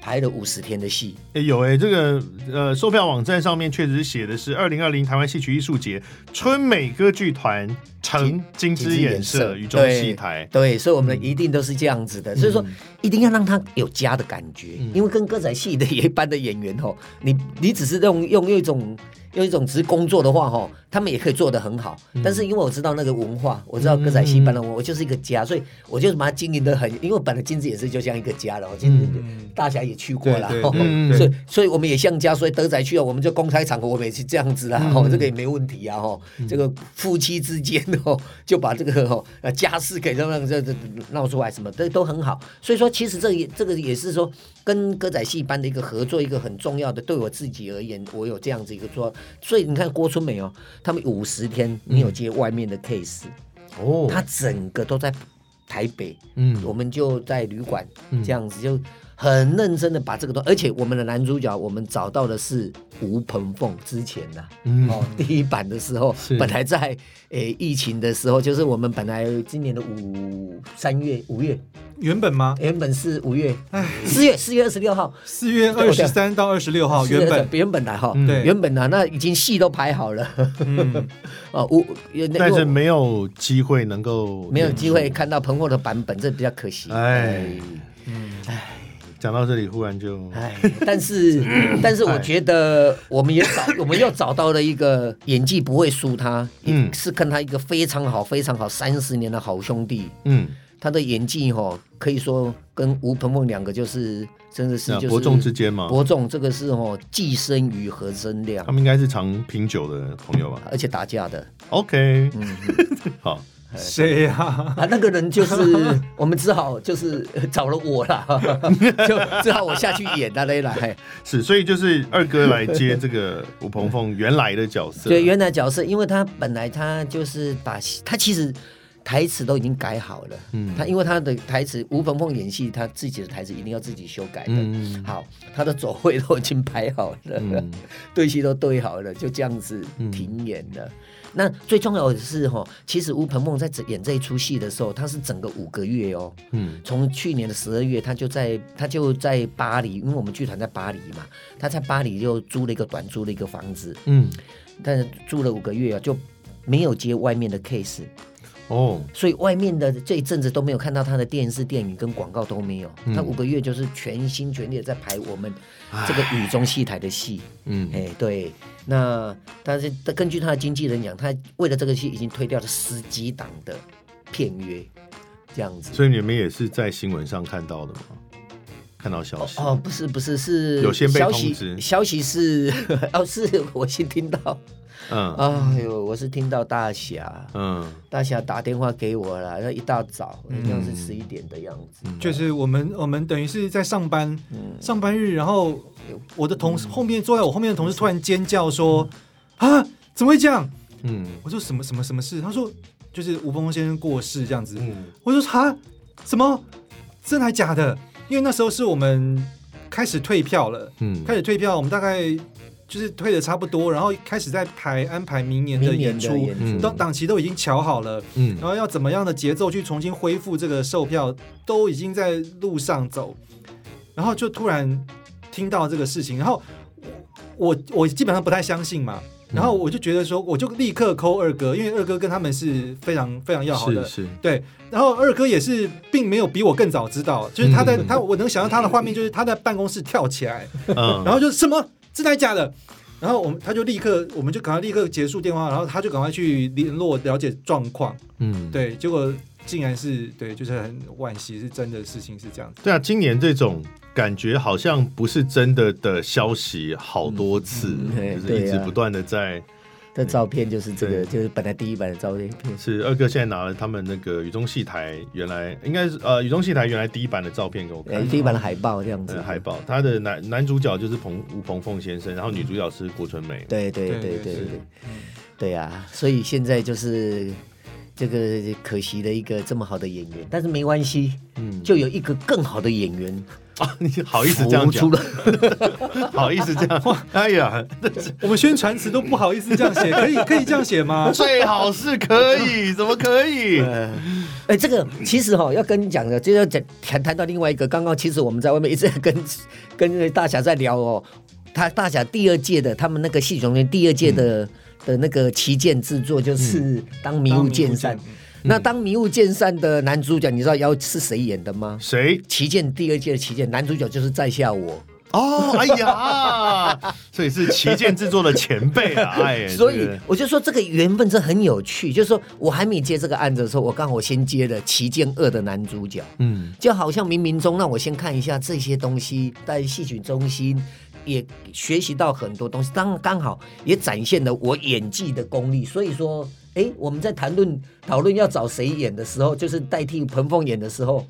C: 排了五十天的戏，
A: 诶有哎、这个呃，售票网站上面确实写的是二零二零台湾戏曲艺术节春美歌剧团呈金枝演社
C: 对
A: 于中戏台，
C: 对，所以我们一定都是这样子
B: 嗯
C: 的，所以说一定要让他有家的感觉，因为跟歌仔戏的 一般的演员哦，你你只是用用一种。用一种只是工作的话，哈，他们也可以做得很好。
B: 嗯
C: 但是因为我知道那个文化，我知道歌仔戏班的文化，我就是一个家，所以我就是把它经营的很。因为我本来金子也是就像一个家了，我金子
B: 嗯
C: 大侠也去过了，
B: 对
C: 吼
A: 对嗯
C: 所以所以我们也像家，所以德仔去了，哦我们就公开场合我们也是这样子啦，
A: 嗯
C: 哦，这个也没问题啊，哦，这个夫妻之间哦， 就把这个哦呃家事给让让这这闹出来什么，这都很好。所以说，其实这也这个也是说跟歌仔戏班的一个合作，一个很重要的。对我自己而言，我有这样子一个做，所以你看郭春美哦，他们五十天没有接外面的 case，
A: 哦
C: 他整个都在台北。
A: 嗯
C: 我们就在旅馆
A: 嗯
C: 这样子，就很认真的把这个东，而且我们的男主角我们找到的是吴鹏凤之前呐、
A: 嗯
C: 哦，第一版的时候
A: 是，
C: 本来在诶、疫情的时候，就是我们本来今年的五三月五月，
B: 原本吗？
C: 原本是五月，四月四月二十六号，
B: 四月
C: 对
B: 二
C: 我的
B: 十三到二十六号，原本
C: 原本来哈，
A: 嗯
B: 对
C: 原本呢、那已经戏都排好了，
B: 嗯，
C: 哦，五
A: 但是
C: 如果
A: 没有机会能够
C: 没有机会看到彭霍的版本，这比较可惜，
A: 哎讲到这里，忽然就
C: 嗯哎，但是但是
A: 哎
C: 我觉得我们也找，我们又找到了一个演技不会输他，
A: 嗯
C: 嗯，是跟他一个非常好非常好三十年的好兄弟，
A: 嗯，
C: 他的演技哈、哦，可以说跟吴鹏鹏两个就是真的是
A: 那
C: 就是
A: 啊伯仲之间嘛，
C: 伯仲这个是哦，寄生于何生亮
A: 嗯他，们应该是常品酒的朋友吧
C: 而且打架的，
A: ？OK，
C: 嗯，
A: 好，
C: 哎
B: 谁呀？
C: 啊，那个人就是 我们只好就是找了我啦， 就只好我下去演他那一来。嘿
A: 是，所以就是二哥来接这个吴鹏凤原来的角色，
C: 对，原来角色，因为他本来他就是把戏他其实台词都已经改好了，
A: 嗯
C: 他因为他的台词，吴鹏鹏演戏他自己的台词一定要自己修改的。
A: 嗯
C: 好，他的走位都已经排好了，
A: 嗯
C: 对戏都对好了，就这样子停演了。
A: 嗯
C: 那最重要的是哈，其实吴鹏鹏在演这一出戏的时候，他是整个五个月哦，
A: 嗯
C: 从去年的十二月，他就在他就在巴黎，因为我们剧团在巴黎嘛，他在巴黎就租了一个短租了一个房子，
A: 嗯，
C: 但是住了五个月啊，就没有接外面的 case，
A: 哦，
C: 所以外面的这一阵子都没有看到他的电视、电影跟广告都没有。
A: 嗯
C: 他五个月就是全心全力的在排我们这个雨中戏台的戏，
A: 嗯
C: 哎，对。那但是根据他的经纪人讲，他为了这个戏已经推掉了十几档的片约，这样子。
A: 所以你们也是在新闻上看到的吗？看到消息，
C: 哦，不是不是，是
A: 有先被
C: 消
A: 通
C: 息
A: 知
C: 消息是 哦，是我先听到，
A: 嗯
C: 哎呦，我是听到大侠
A: 嗯
C: 大侠打电话给我了，那一大早，好像是十一点的样子。
A: 嗯
B: 就是我们我们等于是在上班，
C: 嗯
B: 上班日，然后我的同事后面坐在我后面的同事突然尖叫说：“
C: 嗯
B: 啊，怎么会这样？”
A: 嗯
B: 我说：“什么什么什么事？”他说：“就是吴鹏先生过世这样子。
A: 嗯
B: 我就说：“哈，什么？真的还假的？”因为那时候是我们开始退票了，
A: 嗯
B: 开始退票，我们大概就是退的差不多，然后开始在排安排明年的
C: 明
B: 演
C: 年
B: 出
C: 的，演
A: 嗯
C: 出，
B: 都档期都已经瞧好了。
A: 嗯
B: 然后要怎么样的节奏去重新恢复这个售票，都已经在路上走，然后就突然听到这个事情，然后我我我基本上不太相信嘛，
A: 嗯
B: 然后我就觉得说，我就立刻扣二哥，因为二哥跟他们是非常非常要好的
A: 是。是，
B: 对，然后二哥也是，并没有比我更早知道，就是他在、
A: 嗯
B: 他，我能想象他的画面就是他在办公室跳起来，
A: 嗯，
B: 然后就什么真的还假的？然后我们他就立刻，我们就赶快立刻结束电话，然后他就赶快去联络了解状况。
A: 嗯
B: 对，结果竟然是对，就是很惋惜，是真的事情是这样子。
A: 对啊，今年这种感觉好像不是真的的消息好多次，
C: 嗯
A: 就是
C: 对
A: 一直
C: 啊
A: 不断的在。
C: 的照片就是这
A: 对
C: 个，就是本来第一版的照片。
A: 是二哥现在拿了他们那个雨中戏台原来应该是呃雨中戏台原来第一版的照片给我
C: 呃
A: 看。
C: 第一版的海报这样子
A: 呃，，海报，他的男男主角就是彭吴鹏凤先生，然后女主角是郭春梅。
C: 对对
B: 对
C: 对
B: 对
C: 对
B: 是
C: 对，对啊，所以现在就是这个可惜的一个这么好的演员，但是没关系，
A: 嗯
C: 就有一个更好的演员
A: 啊，你好意思这样
C: 浮出
A: 讲，
C: 了，
A: 好意思这样，哎呀，？
B: 我们宣传词都不好意思这样写，可以可以这样写吗
A: 最好是可以，怎么可以？
C: 哎、这个其实哈、要跟你讲的，就要讲谈谈到另外一个。刚刚其实我们在外面一直在 跟跟那个大侠在聊哦，他大侠第二届的他们那个戏剧中间第二届的、
B: 嗯
C: 的那个旗舰制作就是《当迷雾渐
B: 当
C: 散》
B: 迷雾渐嗯
C: 那《当迷雾渐散》的男主角，你知道要是谁演的吗？
A: 谁？
C: 旗舰第二届的旗舰男主角就是在下我，
A: 哦，哎呀，所以是旗舰制作的前辈啊，哎，
C: 所以
A: 这个
C: 我就说这个缘分真的很有趣。就是说我还没接这个案子的时候，我刚好先接了旗舰二的男主角。
A: 嗯
C: 就好像冥冥中让我先看一下这些东西，在戏曲中心也学习到很多东西，当刚好也展现了我演技的功力。所以说，诶，我们在谈论讨论要找谁演的时候，就是代替彭凤演的时候。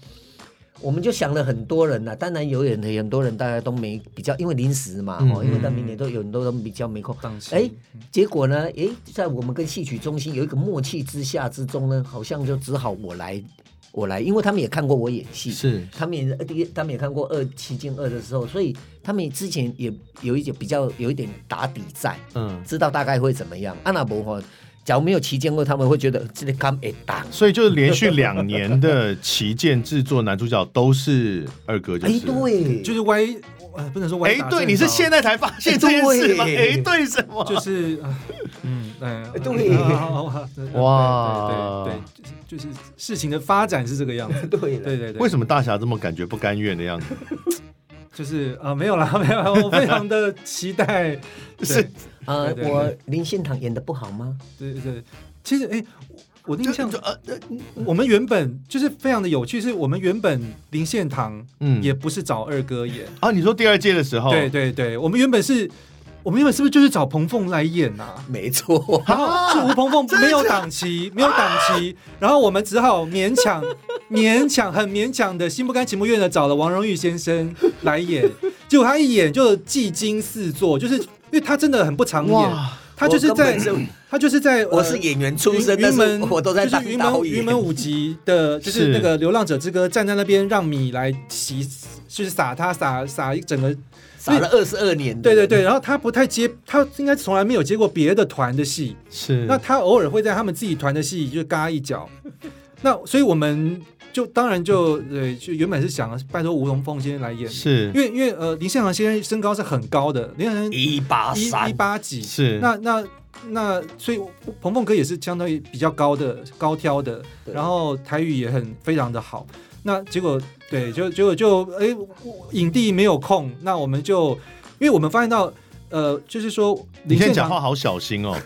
C: 我们就想了很多人呐、当然有很很多人大家都没比较，因为临时嘛，
A: 嗯
C: 哦，因为到明年都有很多人比较没空
B: 档。期
C: 哎，结果呢，哎，在我们跟戏曲中心有一个默契之下之中呢，好像就只好我来，我来，因为他们也看过我演戏，
A: 是
C: 他们也呃第一，他们也看过二七进二的时候，所以他们之前也有一点比较有一点打底在，
A: 嗯，
C: 知道大概会怎么样。啊安娜伯哈，假如没有旗舰二，他们会觉得这个刚会打。
A: 所以就是连续两年的旗舰制作男主角都是二哥，就
C: 哎，
A: 是。
C: 对，
B: 就是是歪，呃，不能说歪
A: 哎
B: 打。，
A: 对，你是现
B: 在
A: 在才发现这件事吗？
C: 对
A: 哎，对什么？
B: 就是，啊嗯，哎，
C: 对
B: 啊
A: 哇
B: 对对对对，就是就是事情的发展是这个样子。
C: 对了
B: 对对对，
A: 为什么大侠这么感觉不甘愿的样子？
B: 就是啊，没有啦， 没有啦，我非常的期待。对
A: 是
C: 呃，
B: 对对
C: 我林献堂演的不好吗？
B: 对对对，其实哎、我我的
A: 就
B: 印象
A: 就，呃呃
B: 我们原本就是非常的有趣，是我们原本林献堂
A: 嗯
B: 也不是找二哥演，
C: 哦
A: 啊，你说第二届的时候，
B: 对对对，我们原本是。我们原本是不是就是找彭凤来演啊？
C: 没错，
B: 然后是吴鹏凤没有档期，没有档期，然后我们只好勉强、 勉强、很勉强的心不甘情不愿的找了王荣玉先生来演，结果他一演就技惊四座，就是因为他真的很不常演
A: 哇，
B: 他就是在
C: 我根本是
B: 他就是在呃
C: 我是演员出身，
B: 云云
C: 但是
B: 门
C: 我都在
B: 就是
C: 当
B: 云
C: 导
B: 门
C: 演。
B: 云门舞集的，就是是那个《流浪者之歌》，站在那边让米来洗，就是撒他撒撒一整个
C: 傻了二十二年，
B: 对对对，，然后他不太接，他应该从来没有接过别的团的戏，
A: 是
B: 那他偶尔会在他们自己团的戏就嘎一脚， 那所以我们就当然就呃，就原本是想拜托吴荣凤先生来演，
A: 是
B: 因为因为呃林献堂先生身高是很高的，林献堂一
C: 一八
B: 一
C: 三，
B: 八几，
A: 是
B: 那那那，所以鹏鹏哥也是相当于比较高的高挑的，
C: 对
B: 然后台语也很非常的好。那结果对，就结果就哎，我影帝没有空，那我们就因为我们发现到呃，就是说
A: 你
B: 林
A: 现在
B: 献
A: 讲话
B: 堂，
A: 好小心哦，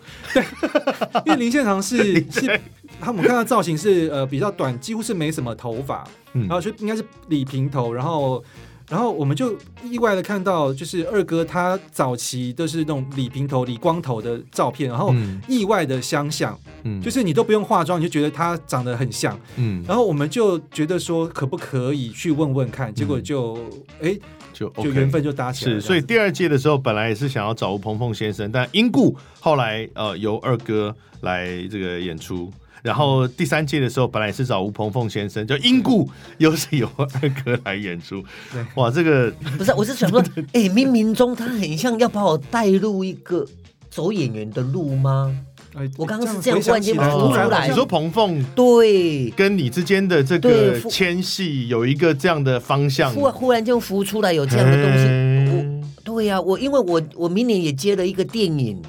B: 因为林 献堂是是。他们看到造型是呃比较短，几乎是没什么头发，
A: 嗯
B: 然后就应该是理平头，然后然后我们就意外的看到，就是二哥他早期都是那种理平头、理光头的照片，然后
A: 嗯
B: 意外的相像，
A: 嗯
B: 就是是你都不用化妆，你就觉得他长得很像。
A: 嗯
B: 然后我们就觉得说，可不可以去问问看？结果就哎、
A: 就嗯 OK
B: 就缘分就搭起来了。
A: 是，所以第二届的时候，本来也是想要找吴鹏凤先生，但因故后来呃由二哥来这个演出。然后第三届的时候，本来也是找吴鹏凤先生，就因故又是由二哥来演出
B: 对。
A: 哇，这个
C: 不是，我是想 说，哎，冥冥中他很像要把我带入一个走演员的路吗？
B: 哎
C: 我刚刚是
B: 回想起
C: 这样
B: 来
C: 忽然
B: 突然
C: 出来
A: 你说鹏凤
C: 对，
A: 跟你之间的这个
C: 对父
A: 牵系有一个这样的方向，
C: 忽忽然间浮出来有这样的东西，我
A: 嗯
C: 对呀、我因为我我明年也接了一个电影，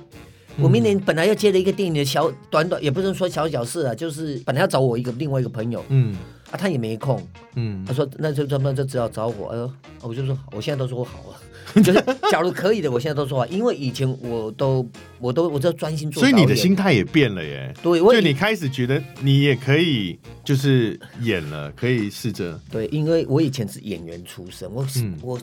C: 我明年本来要接了一个电影的小短短，也不能说小小事啊，就是本来要找我一个另外一个朋友
A: 嗯
C: 啊，他也没空，
A: 嗯
C: 他说那就那就只好找我，哎呦，我就说我现在都说好啊， 就是假如可以的，我现在都说好，因为以前我都我都我就专心做
A: 所
C: 导
A: 以
C: 演，
A: 你的心态也变了耶。
C: 对，我
A: 就
C: 以
A: 你开始觉得你也可以，就是演 了，可以试着
C: 对，因为我以前是演员出身，我是、
A: 嗯
C: 我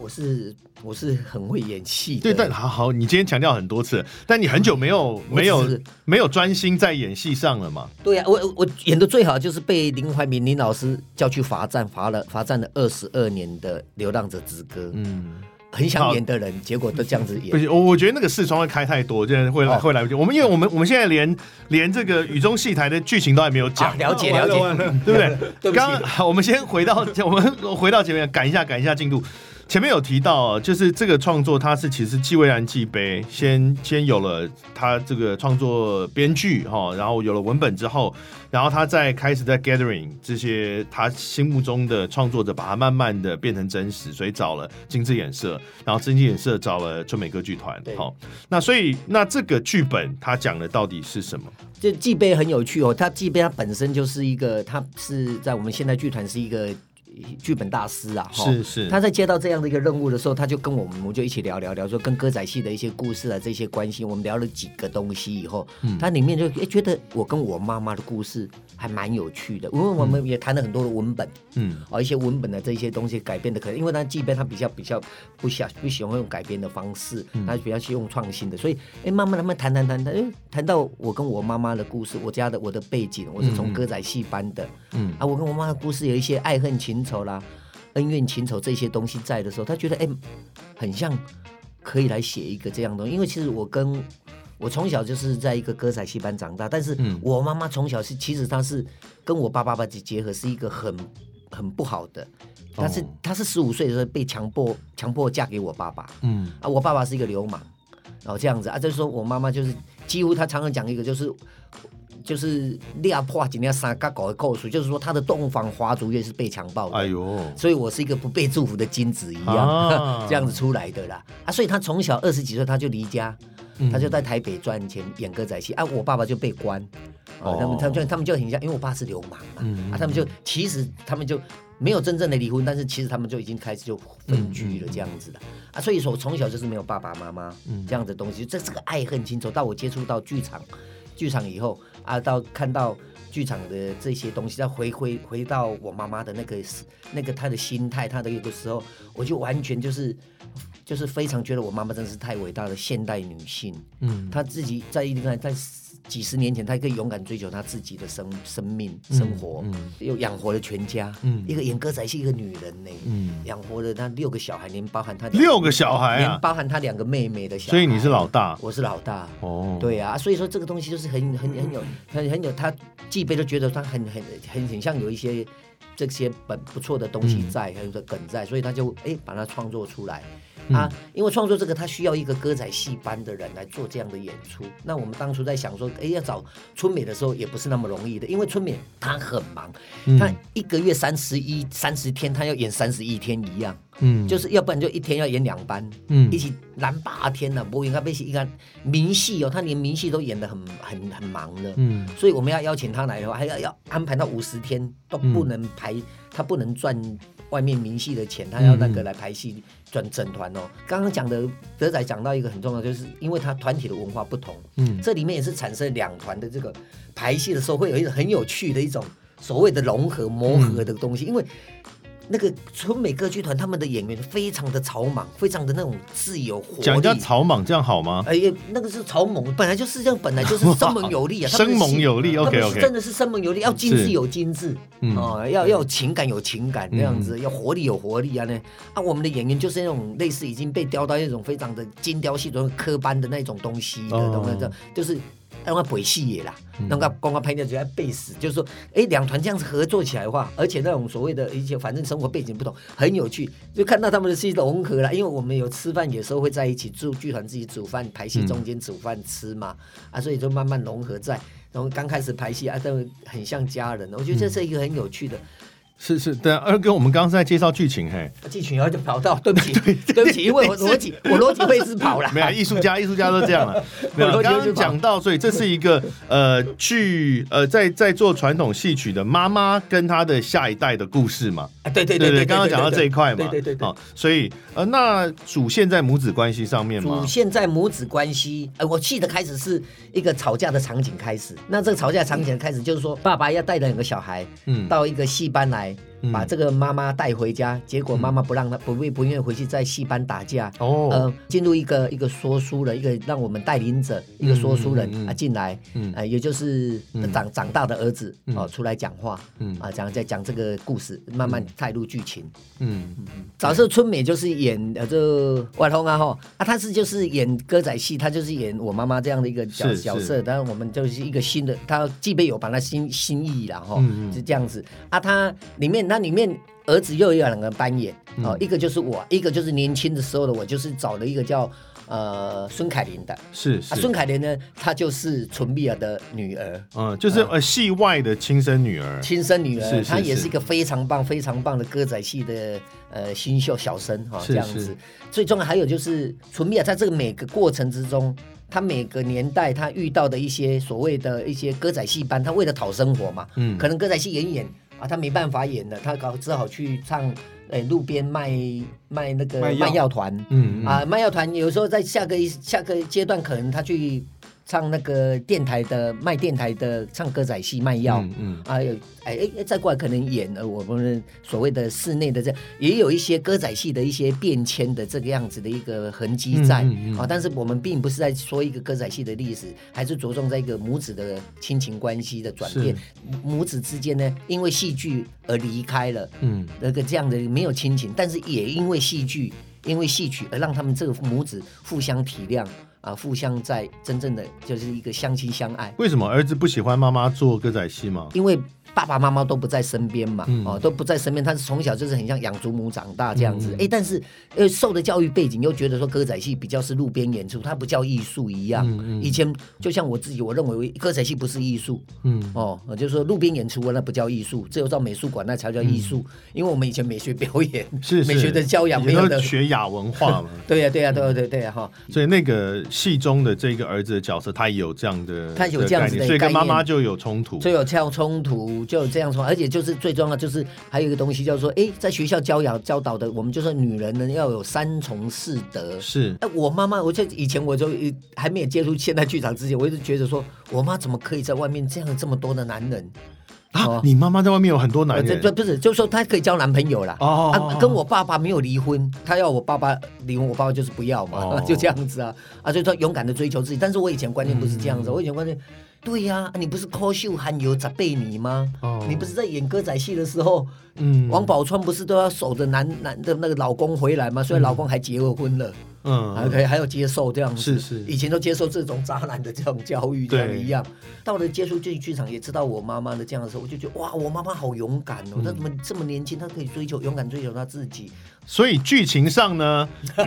C: 我是我是很会演戏的，
A: 对，但好好，你今天强调很多次，但你很久没有
C: 我
A: 没有
C: 只是
A: 没有专心在演戏上了嘛？
C: 对呀、我我演的最好就是被林怀民林老师叫去罚站，罚了罚站了二十二年的《流浪者之歌》
A: 嗯，
C: 很
A: 好
C: 想演的人，结果都这样子
A: 不
C: 演。
A: 行，我我觉得那个视窗会开太多，真的会来、
C: 哦
A: 会来不及。我们因为我们我们现在连连这个雨中戏台的剧情都还没有讲。
C: 啊，了解
B: 完
C: 了
B: 了完
C: 解，
B: 了
A: 对不对？
C: 对不起
A: 刚刚 我们先回到我们回到前面，赶一下赶一下进度。前面有提到，就是这个创作，它是其实既蔚然既悲，先先有了他这个创作编剧哈，然后有了文本之后，然后他再开始在 gathering 这些他心目中的创作者，把它慢慢的变成真实，所以找了金枝演社，然后金枝演社找了春美歌剧团，
C: 对
A: 好，那所以那这个剧本它讲的到底是什么？
C: 这季杯很有趣哦。他季杯他本身就是一个，他是在我们现代剧团是一个剧本大师啊。哈
A: 是是
C: 他在接到这样的一个任务的时候，他就跟我们，我们就一起聊聊聊，说跟歌仔戏的一些故事啊，这些关系，我们聊了几个东西以后，
A: 嗯
C: 他里面就诶觉得我跟我妈妈的故事还蛮有趣的，因为我们也谈了很多的文本。
A: 嗯
C: 啊、一些文本的这些东西改编的可能，因为他即便他比较比较不想不喜欢用改编的方式，
A: 嗯
C: 他比较喜欢用创新的，所以哎，慢慢慢慢谈谈谈谈，哎，谈到我跟我妈妈的故事，我家的我的背景，我
A: 嗯
C: 是
A: 嗯
C: 从歌仔戏班的，
A: 嗯
C: 啊，我跟我妈的故事有一些爱恨情仇啦、恩怨情仇这些东西在的时候，他觉得哎、很像可以来写一个这样的东西，因为其实我跟我从小就是在一个歌仔戏班长大，但是
A: 嗯
C: 我妈妈从小是其实她是跟我爸爸爸结合是一个很很不好的，她是、
A: 哦
C: 她是十五岁的时候被强迫强迫嫁给我爸爸，
A: 嗯
C: 啊，我爸爸是一个流氓，然后这样子啊，就是说我妈妈就是几乎她常常讲一个就是就是裂破几条三嘎狗的故事，就是说她的洞房花烛夜是被强暴的，
A: 哎呦，
C: 所以我是一个不被祝福的精子一样、
A: 啊
C: 这样子出来的啦啊，所以她从小二十几岁她就离家，
A: 嗯
C: 她就在台北赚钱演歌仔戏啊，我爸爸就被关。啊
A: 哦，
C: 他们他们就他们就很像，因为我爸是流氓嘛，啊，他们就其实他们就没有真正的离婚，但是其实他们就已经开始就分居了这样子的、啊，所以说我从小就是没有爸爸妈妈这样的东西，这是个爱恨情仇。到我接触到剧场，剧场以后啊，啊，到看到剧场的这些东西，再回回回到我妈妈的那个那个她的心态，她的一个时候，我就完全就是就是非常觉得我妈妈真是太伟大的现代女性。
B: 嗯，
C: 她自己在一定在在几十年前，她可以勇敢追求她自己的生生命生活，
B: 嗯
C: 又养活了全家。
B: 嗯
C: 一个演歌仔是一个女人呢、
B: 嗯，
C: 养活了她六个小孩，连包含她两
A: 六个小孩
C: 连
A: 啊，
C: 包含她两个妹妹的小孩。
A: 所以你是老大
C: 我是老大。
A: 哦。
C: 对啊，所以说这个东西就是很很很有很很有，他季贝都觉得他很很很很像有一些这些本不错的东西在，还有个梗在，所以他就哎把它创作出来啊。因为创作这个，他需要一个歌仔戏班的人来做这样的演出。那我们当初在想说，哎要找春美的时候也不是那么容易的，因为春美她很忙，
A: 嗯
C: 她一个月三十一三十天，她要演三十一天一样。
B: 嗯，
C: 就是要不然就一天要演两班，
B: 嗯
C: 一起拦八天了、啊，不应该被一个明戏哦，他连明戏都演得很很很忙的，
B: 嗯
C: 所以我们要邀请他来哦，还要要安排到五十天都不能排，他不能赚外面明戏的钱，他要那
B: 嗯
C: 个来排戏赚整团哦。刚刚讲的德仔讲到一个很重要，就是因为他团体的文化不同，
B: 嗯
C: 这里面也是产生两团的这个排戏的时候，会有一种很有趣的一种所谓的融合磨合的
A: 嗯
C: 东西，因为。那个春美歌剧团，他们的演员非常的草莽，非常的那种自由活力。
A: 讲一下草莽，这样好吗？
C: 哎呀，那个是草蜢，本来就是这样，本来就是生猛有力 啊，
A: 生猛有力
C: 他们是
A: ，OK，OK
C: 真的是生猛有力，要精
A: 是
C: 致有精致，
A: 嗯
C: 哦，要要有情感有情感这样子，要活力有活力啊呢。啊，我们的演员就是那种类似已经被雕到一种非常的精雕细琢、科班的那种东西的，
A: 哦
C: 懂不懂？就是。让他鬼戏也啦，那个光光拍掉就要背死，就是说，哎，两团这样子合作起来的话，而且那种所谓的一些反正生活背景不同，很有趣，就看到他们的是一种融合啦。因为我们有吃饭，有时候会在一起住，剧团自己煮饭，排戏中间煮饭吃嘛，啊，所以就慢慢融合在。然后刚开始排戏啊，都很像家人，我觉得这是一个很有趣的。
A: 是是，但二哥，我们刚刚是在介绍剧情，嘿，
C: 进群然后就跑到，对 不起，对不起，因为我逻辑我逻辑会是跑啦。
A: 没有艺术家，艺术家都这样了。没有，
C: 我都觉
A: 刚
C: 得
A: 刚讲到，所以这是一个呃剧呃在在做传统戏曲的妈妈跟她的下一代的故事嘛。
C: 啊 对对
A: 对
C: 对，
A: 刚刚讲到这一块嘛。
C: 对对对对
A: 哦，所以呃，那主线在母子关系上面
C: 主
A: 嘛。
C: 线在母子关系，呃，我记得开始是一个吵架的场景开始。那这个吵架场景开始就是说，爸爸要带两个小孩
A: 嗯
C: 到一个戏班
A: 嗯
C: 来，把这个妈妈带回家。结果妈妈不让他，不不不愿意回去，在戏班打架。
A: 哦
C: 呃，进入一个一个说书人，一个让我们带领者，一个说书人、
A: 嗯嗯嗯
C: 啊进来，
A: 嗯
C: 呃，也就是长、长大的儿子哦、出来讲话，
A: 嗯
C: 啊讲在讲这个故事，慢慢带入剧情。
A: 嗯
C: 早上春美就是演呃这外通啊哈啊，她是就是演歌仔戏，她就是演我妈妈这样的一个角
A: 是是
C: 角色，当然我们就是一个新的，她既备有把她心心意啦哈，
A: 嗯嗯
C: 是这样子啊。她里面那里面儿子又有两个扮演哦，一个就是我，一个就是年轻的时候的我，就是找了一个叫呃孙凯琳的啊，
A: 是是。
C: 孙凯琳呢，她就是纯碧儿的女儿。
A: 嗯，就是呃，戏外的亲生女儿，
C: 亲生女儿，
A: 是是
C: 她也
A: 是
C: 是一个非常棒、非常棒的歌仔戏的呃新秀小生哈、
A: 是
C: 这样
A: 是
C: 子。最重要还有就是纯碧啊，在这个每个过程之中，她每个年代她遇到的一些所谓的一些歌仔戏班，她为了讨生活嘛，
A: 嗯
C: 可能歌仔戏演一演啊，她没办法演了，她搞只好去唱。哎，路边卖卖那个
B: 卖药
C: 卖药团，
A: 嗯嗯
C: 啊，卖药团有时候在下个下个阶段，可能他去唱那个电台的卖电台的唱歌仔戏卖药，
A: 嗯嗯
C: 啊，有哎哎，再过来可能演呃我们所谓的室内的这，也有一些歌仔戏的一些变迁的这个样子的一个痕迹在、
A: 嗯嗯嗯
C: 啊，但是我们并不是在说一个歌仔戏的历史，还是着重在一个母子的亲情关系的转变
A: 是，
C: 母子之间呢，因为戏剧而离开了，
A: 嗯
C: 那个这样的没有亲情，但是也因为戏剧，因为戏曲而让他们这个母子互相体谅啊，互相在真正的就是一个相亲相爱。
A: 为什么儿子不喜欢妈妈做歌仔戏吗？
C: 因为爸爸妈妈都不在身边嘛，
A: 嗯
C: 哦，都不在身边，他是从小就是很像养祖母长大这样
A: 嗯
C: 子。哎、但是呃，受的教育背景又觉得说歌仔戏比较是路边演出，它不叫艺术一样。以前就像我自己，我认为歌仔戏不是艺术，
A: 嗯，
C: 哦，我就说路边演出那不叫艺术，只有到美术馆那才叫艺术。因为我们以前美学表演，
A: 嗯是是
C: 美学的教养
A: 以
C: 没
A: 前
C: 有
A: 都
C: 的。
A: 学雅文化嘛， 嗯
C: 对呀、对呀、对呀、对呀对呀、哈。
A: 所以那个戏中的这个儿子的角色，他也有这样的，
C: 他有这样子
A: 的概念
C: 的
A: 所以跟
C: 概
A: 妈
C: 念
A: 妈就有冲突。
C: 就有这样冲突，就有这样冲，而且就是最重要就是还有一个东西叫做，哎，在学校教养教导的，我们就说女人呢要有三从四德。
A: 是
C: 哎，我妈妈，我就以前我就一还没有接触现代剧场之前，我一直觉得说，我妈怎么可以在外面这样这么多的男人？
A: 啊
C: 哦，
A: 你妈妈在外面有很多男
C: 这
A: 人
C: 这，不是，就是说她可以交男朋友啦。
A: 哦
C: 啊，跟我爸爸没有离婚，她要我爸爸离婚，我爸爸就是不要嘛，
A: 哦
C: 就这样子啊啊，所以说勇敢的追求自己。但是我以前观念不是
A: 嗯
C: 这样子，我以前观念，对呀、啊你不是抠秀喊有咋背你吗？
A: 哦
C: 你不是在演歌仔戏的时候，
A: 嗯
C: 王宝钏不是都要守着男男的那个老公回来吗？所以老公还结了婚了，还
A: 嗯
C: 可以还要接受这样子。
A: 是是
C: 以前都接受这种渣男的这种教育，这样
A: 对
C: 一样。到了接触剧剧场，也知道我妈妈的这样的时候，我就觉得哇，我妈妈好勇敢
A: 嗯
C: 哦！她怎么这么年轻，她可以追求勇敢追求她自己？
A: 所以剧情上呢，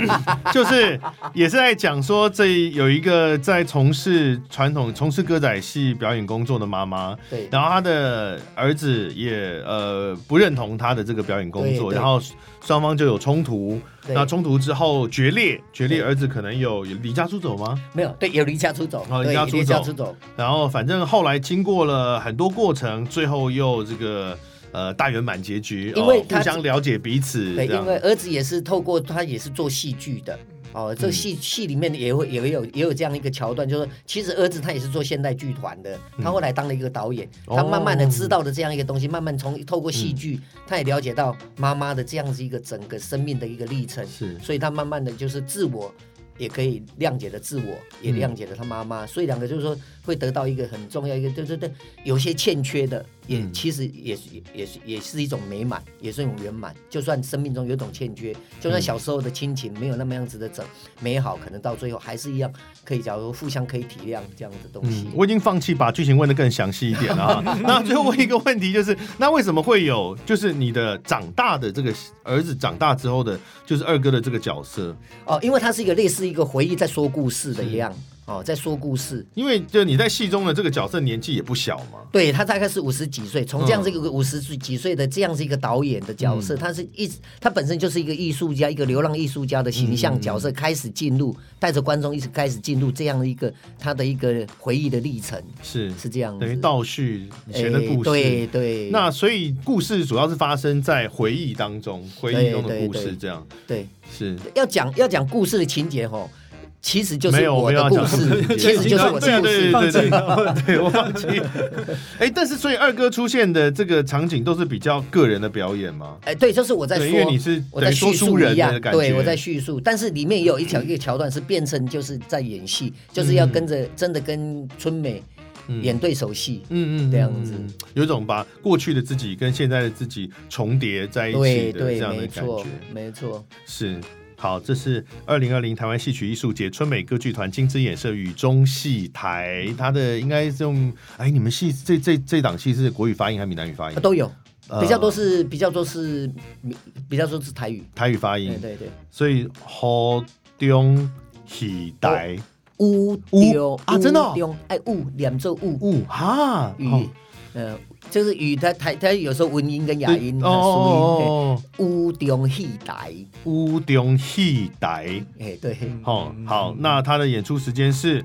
A: 就是也是在讲说，这有一个在从事传统、从事歌仔戏表演工作的妈妈，
C: 对
A: 然后她的儿子也呃不认同她的这个表演工作，
C: 对对
A: 然后双方就有冲突。
C: 对
A: 那冲突之后决裂，决裂，
C: 对
A: 儿子可能有有离家出走吗？
C: 没有对，有离家出走，
A: 哦
C: 对
A: 离家出走
C: 离家出走，
A: 然后反正后来经过了很多过程，最后又这个呃大圆满结局，
C: 因为
A: 哦、
C: 他
A: 互相了解彼此，
C: 对，
A: 这样
C: 因为儿子也是透过他也是做戏剧的。
A: 嗯
C: 哦，这戏戏里面也会也会有也有这样一个桥段，就是其实儿子他也是做现代剧团的，他后来当了一个导演，
A: 嗯哦
C: 他慢慢的知道了这样一个东西，慢慢从透过戏剧，
A: 嗯
C: 他也了解到妈妈的这样子一个整个生命的一个历程，
A: 是
C: 所以他慢慢的就是自我也可以谅解了自我，也
A: 嗯
C: 谅解了他妈妈，所以两个就是说会得到一个很重要一个，对对对，有些欠缺的也、
A: 嗯
C: 其实也是也是也是一种美满，也是一种圆满。就算生命中有一种欠缺，就
A: 嗯
C: 算小时候的亲情没有那么样子的整美好，可能到最后还是一样可以，假如互相可以体谅这样的东西。
A: 嗯，我已经放弃把剧情问得更详细一点了 啊。那最后问一个问题，就是那为什么会有就是你的长大的这个呃儿子长大之后的，就是二哥的这个角色？
C: 哦，因为它是一个类似一个回忆在说故事的一样哦，在说故事。
A: 因为就你在戏中的这个角色年纪也不小嘛，
C: 对他大概是五十几岁，从这样子
A: 嗯
C: 一个五十几岁的这样子一个导演的角色，他是一直他本身就是一个艺术家，一个流浪艺术家的形象角色，开始进入带着观众一直开始进入这样的一个他的一个回忆的历程，
A: 是
C: 是这样子哎
A: 等于倒叙以前的故事。
C: 对对，
A: 那所以故事主要是发生在回忆当中，回忆中的
C: 对对
A: 故事
C: 对
A: 这样
C: 对
A: 是。
C: 要讲要讲故事的情节吼。其实就
A: 没
C: 是
A: 有
C: 我
A: 没有要
C: 的故
A: 讲
C: 事，
A: 对
C: 其实就是我
A: 对
C: 的
A: 啊
C: 故
A: 对
C: 事。
A: 对对
B: 放
A: 对，我放弃。 哎，但是所以二哥出现的这个场景都是比较个人的表演吗？
C: 哎，对，就是我在说，
A: 对因为你是
C: 我
A: 等
C: 在
A: 于说
C: 叙
A: 书
C: 述
A: 人
C: 一样
A: 的，感觉嗯
C: 对我在叙述，但是里面也有一条一个桥段是变成就是在演戏，就是要跟着真的跟春美演对手戏，
A: 嗯嗯，
C: 这样子
A: 嗯，嗯有一种把过去的自己跟现在的自己重叠在一起
C: 对
A: 的这
C: 对，
A: 样的
C: 没
A: 感
C: 错
A: 觉，
C: 没错，
A: 是。好，这是二零二零台湾戏曲艺术节春美歌剧团金枝演社与中戏台，它的应该是用哎，你们戏这这这档戏是国语发音还是闽南语发音
C: 啊？都有，
A: 呃
C: 比较多是比较多是比较多是台语，
A: 台语发音
C: 对，对对，
A: 所以好中戏台
C: 乌
A: 乌
C: 丢
A: 啊真的哦
C: 丢，哎乌两座乌
A: 哦哈
C: 语
A: 哦，
C: 呃，就是语它台它有时候文音跟雅音，
A: 对
C: 它
A: 哦
C: 属
A: 哦，哦
C: 于乌丢戏台，
A: 乌中戏台。
C: 哎对，
A: 哦，好，那它的演出时间是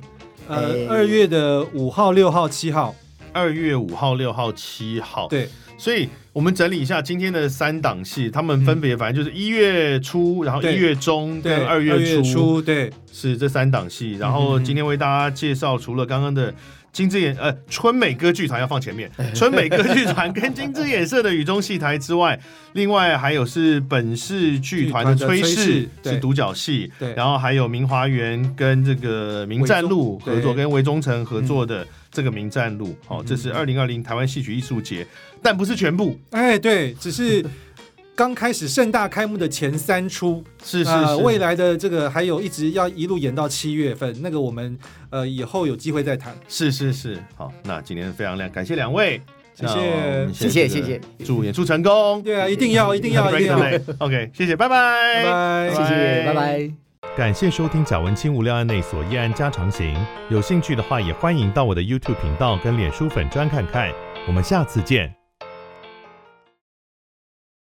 B: 呃，
C: 哎
B: 二月的五号、六号、七号，
A: 二月五号、六号、七号。，
B: 对，
A: 所以我们整理一下今天的三档戏，他们分别反正就是一月初，然后一
B: 对
A: 月中
B: 对，
A: 跟二月初
B: 初，对，
A: 是这三档戏。然
B: 嗯
A: 后今天为大家介绍，除了刚刚的。金枝演呃春美歌剧团要放前面，
B: 哎
A: 春美歌剧团跟金枝演社的雨中戏台之 外，另外还有是本市剧团的
B: 剧团
A: 崔
B: 的崔
A: 氏
B: 氏对
A: 是独角戏，
B: 对
A: 然后还有明华园跟这个明站路
B: 维中
A: 合作，
B: 对嗯
A: 跟维中城合作的这个明站路，哦，这是二零二零台湾戏曲艺术节，但不是全部，
B: 哎，对，只是刚开始盛大开幕的前三出，
A: 是是
B: 呃
A: 是，
B: 未来的这个还有一直要一路演到七月份，那个我们呃以后有机会再谈。
A: 是是是，好，那今天非常亮，感谢两位，
B: 谢
A: 那我们这
C: 谢
A: 个
C: 谢谢，
A: 祝演出成功，
B: 对啊，一定要，一定 要，一
A: Have a
B: 定
A: great
B: 要，拜
A: night. OK，谢谢，拜拜，
B: 拜
A: 拜。
C: 谢谢，拜拜。
A: 感谢收听贾文清无聊案内所夜案家常行。有兴趣的话，也欢迎到我的 YouTube 频道跟脸书粉专看看。我们下次见。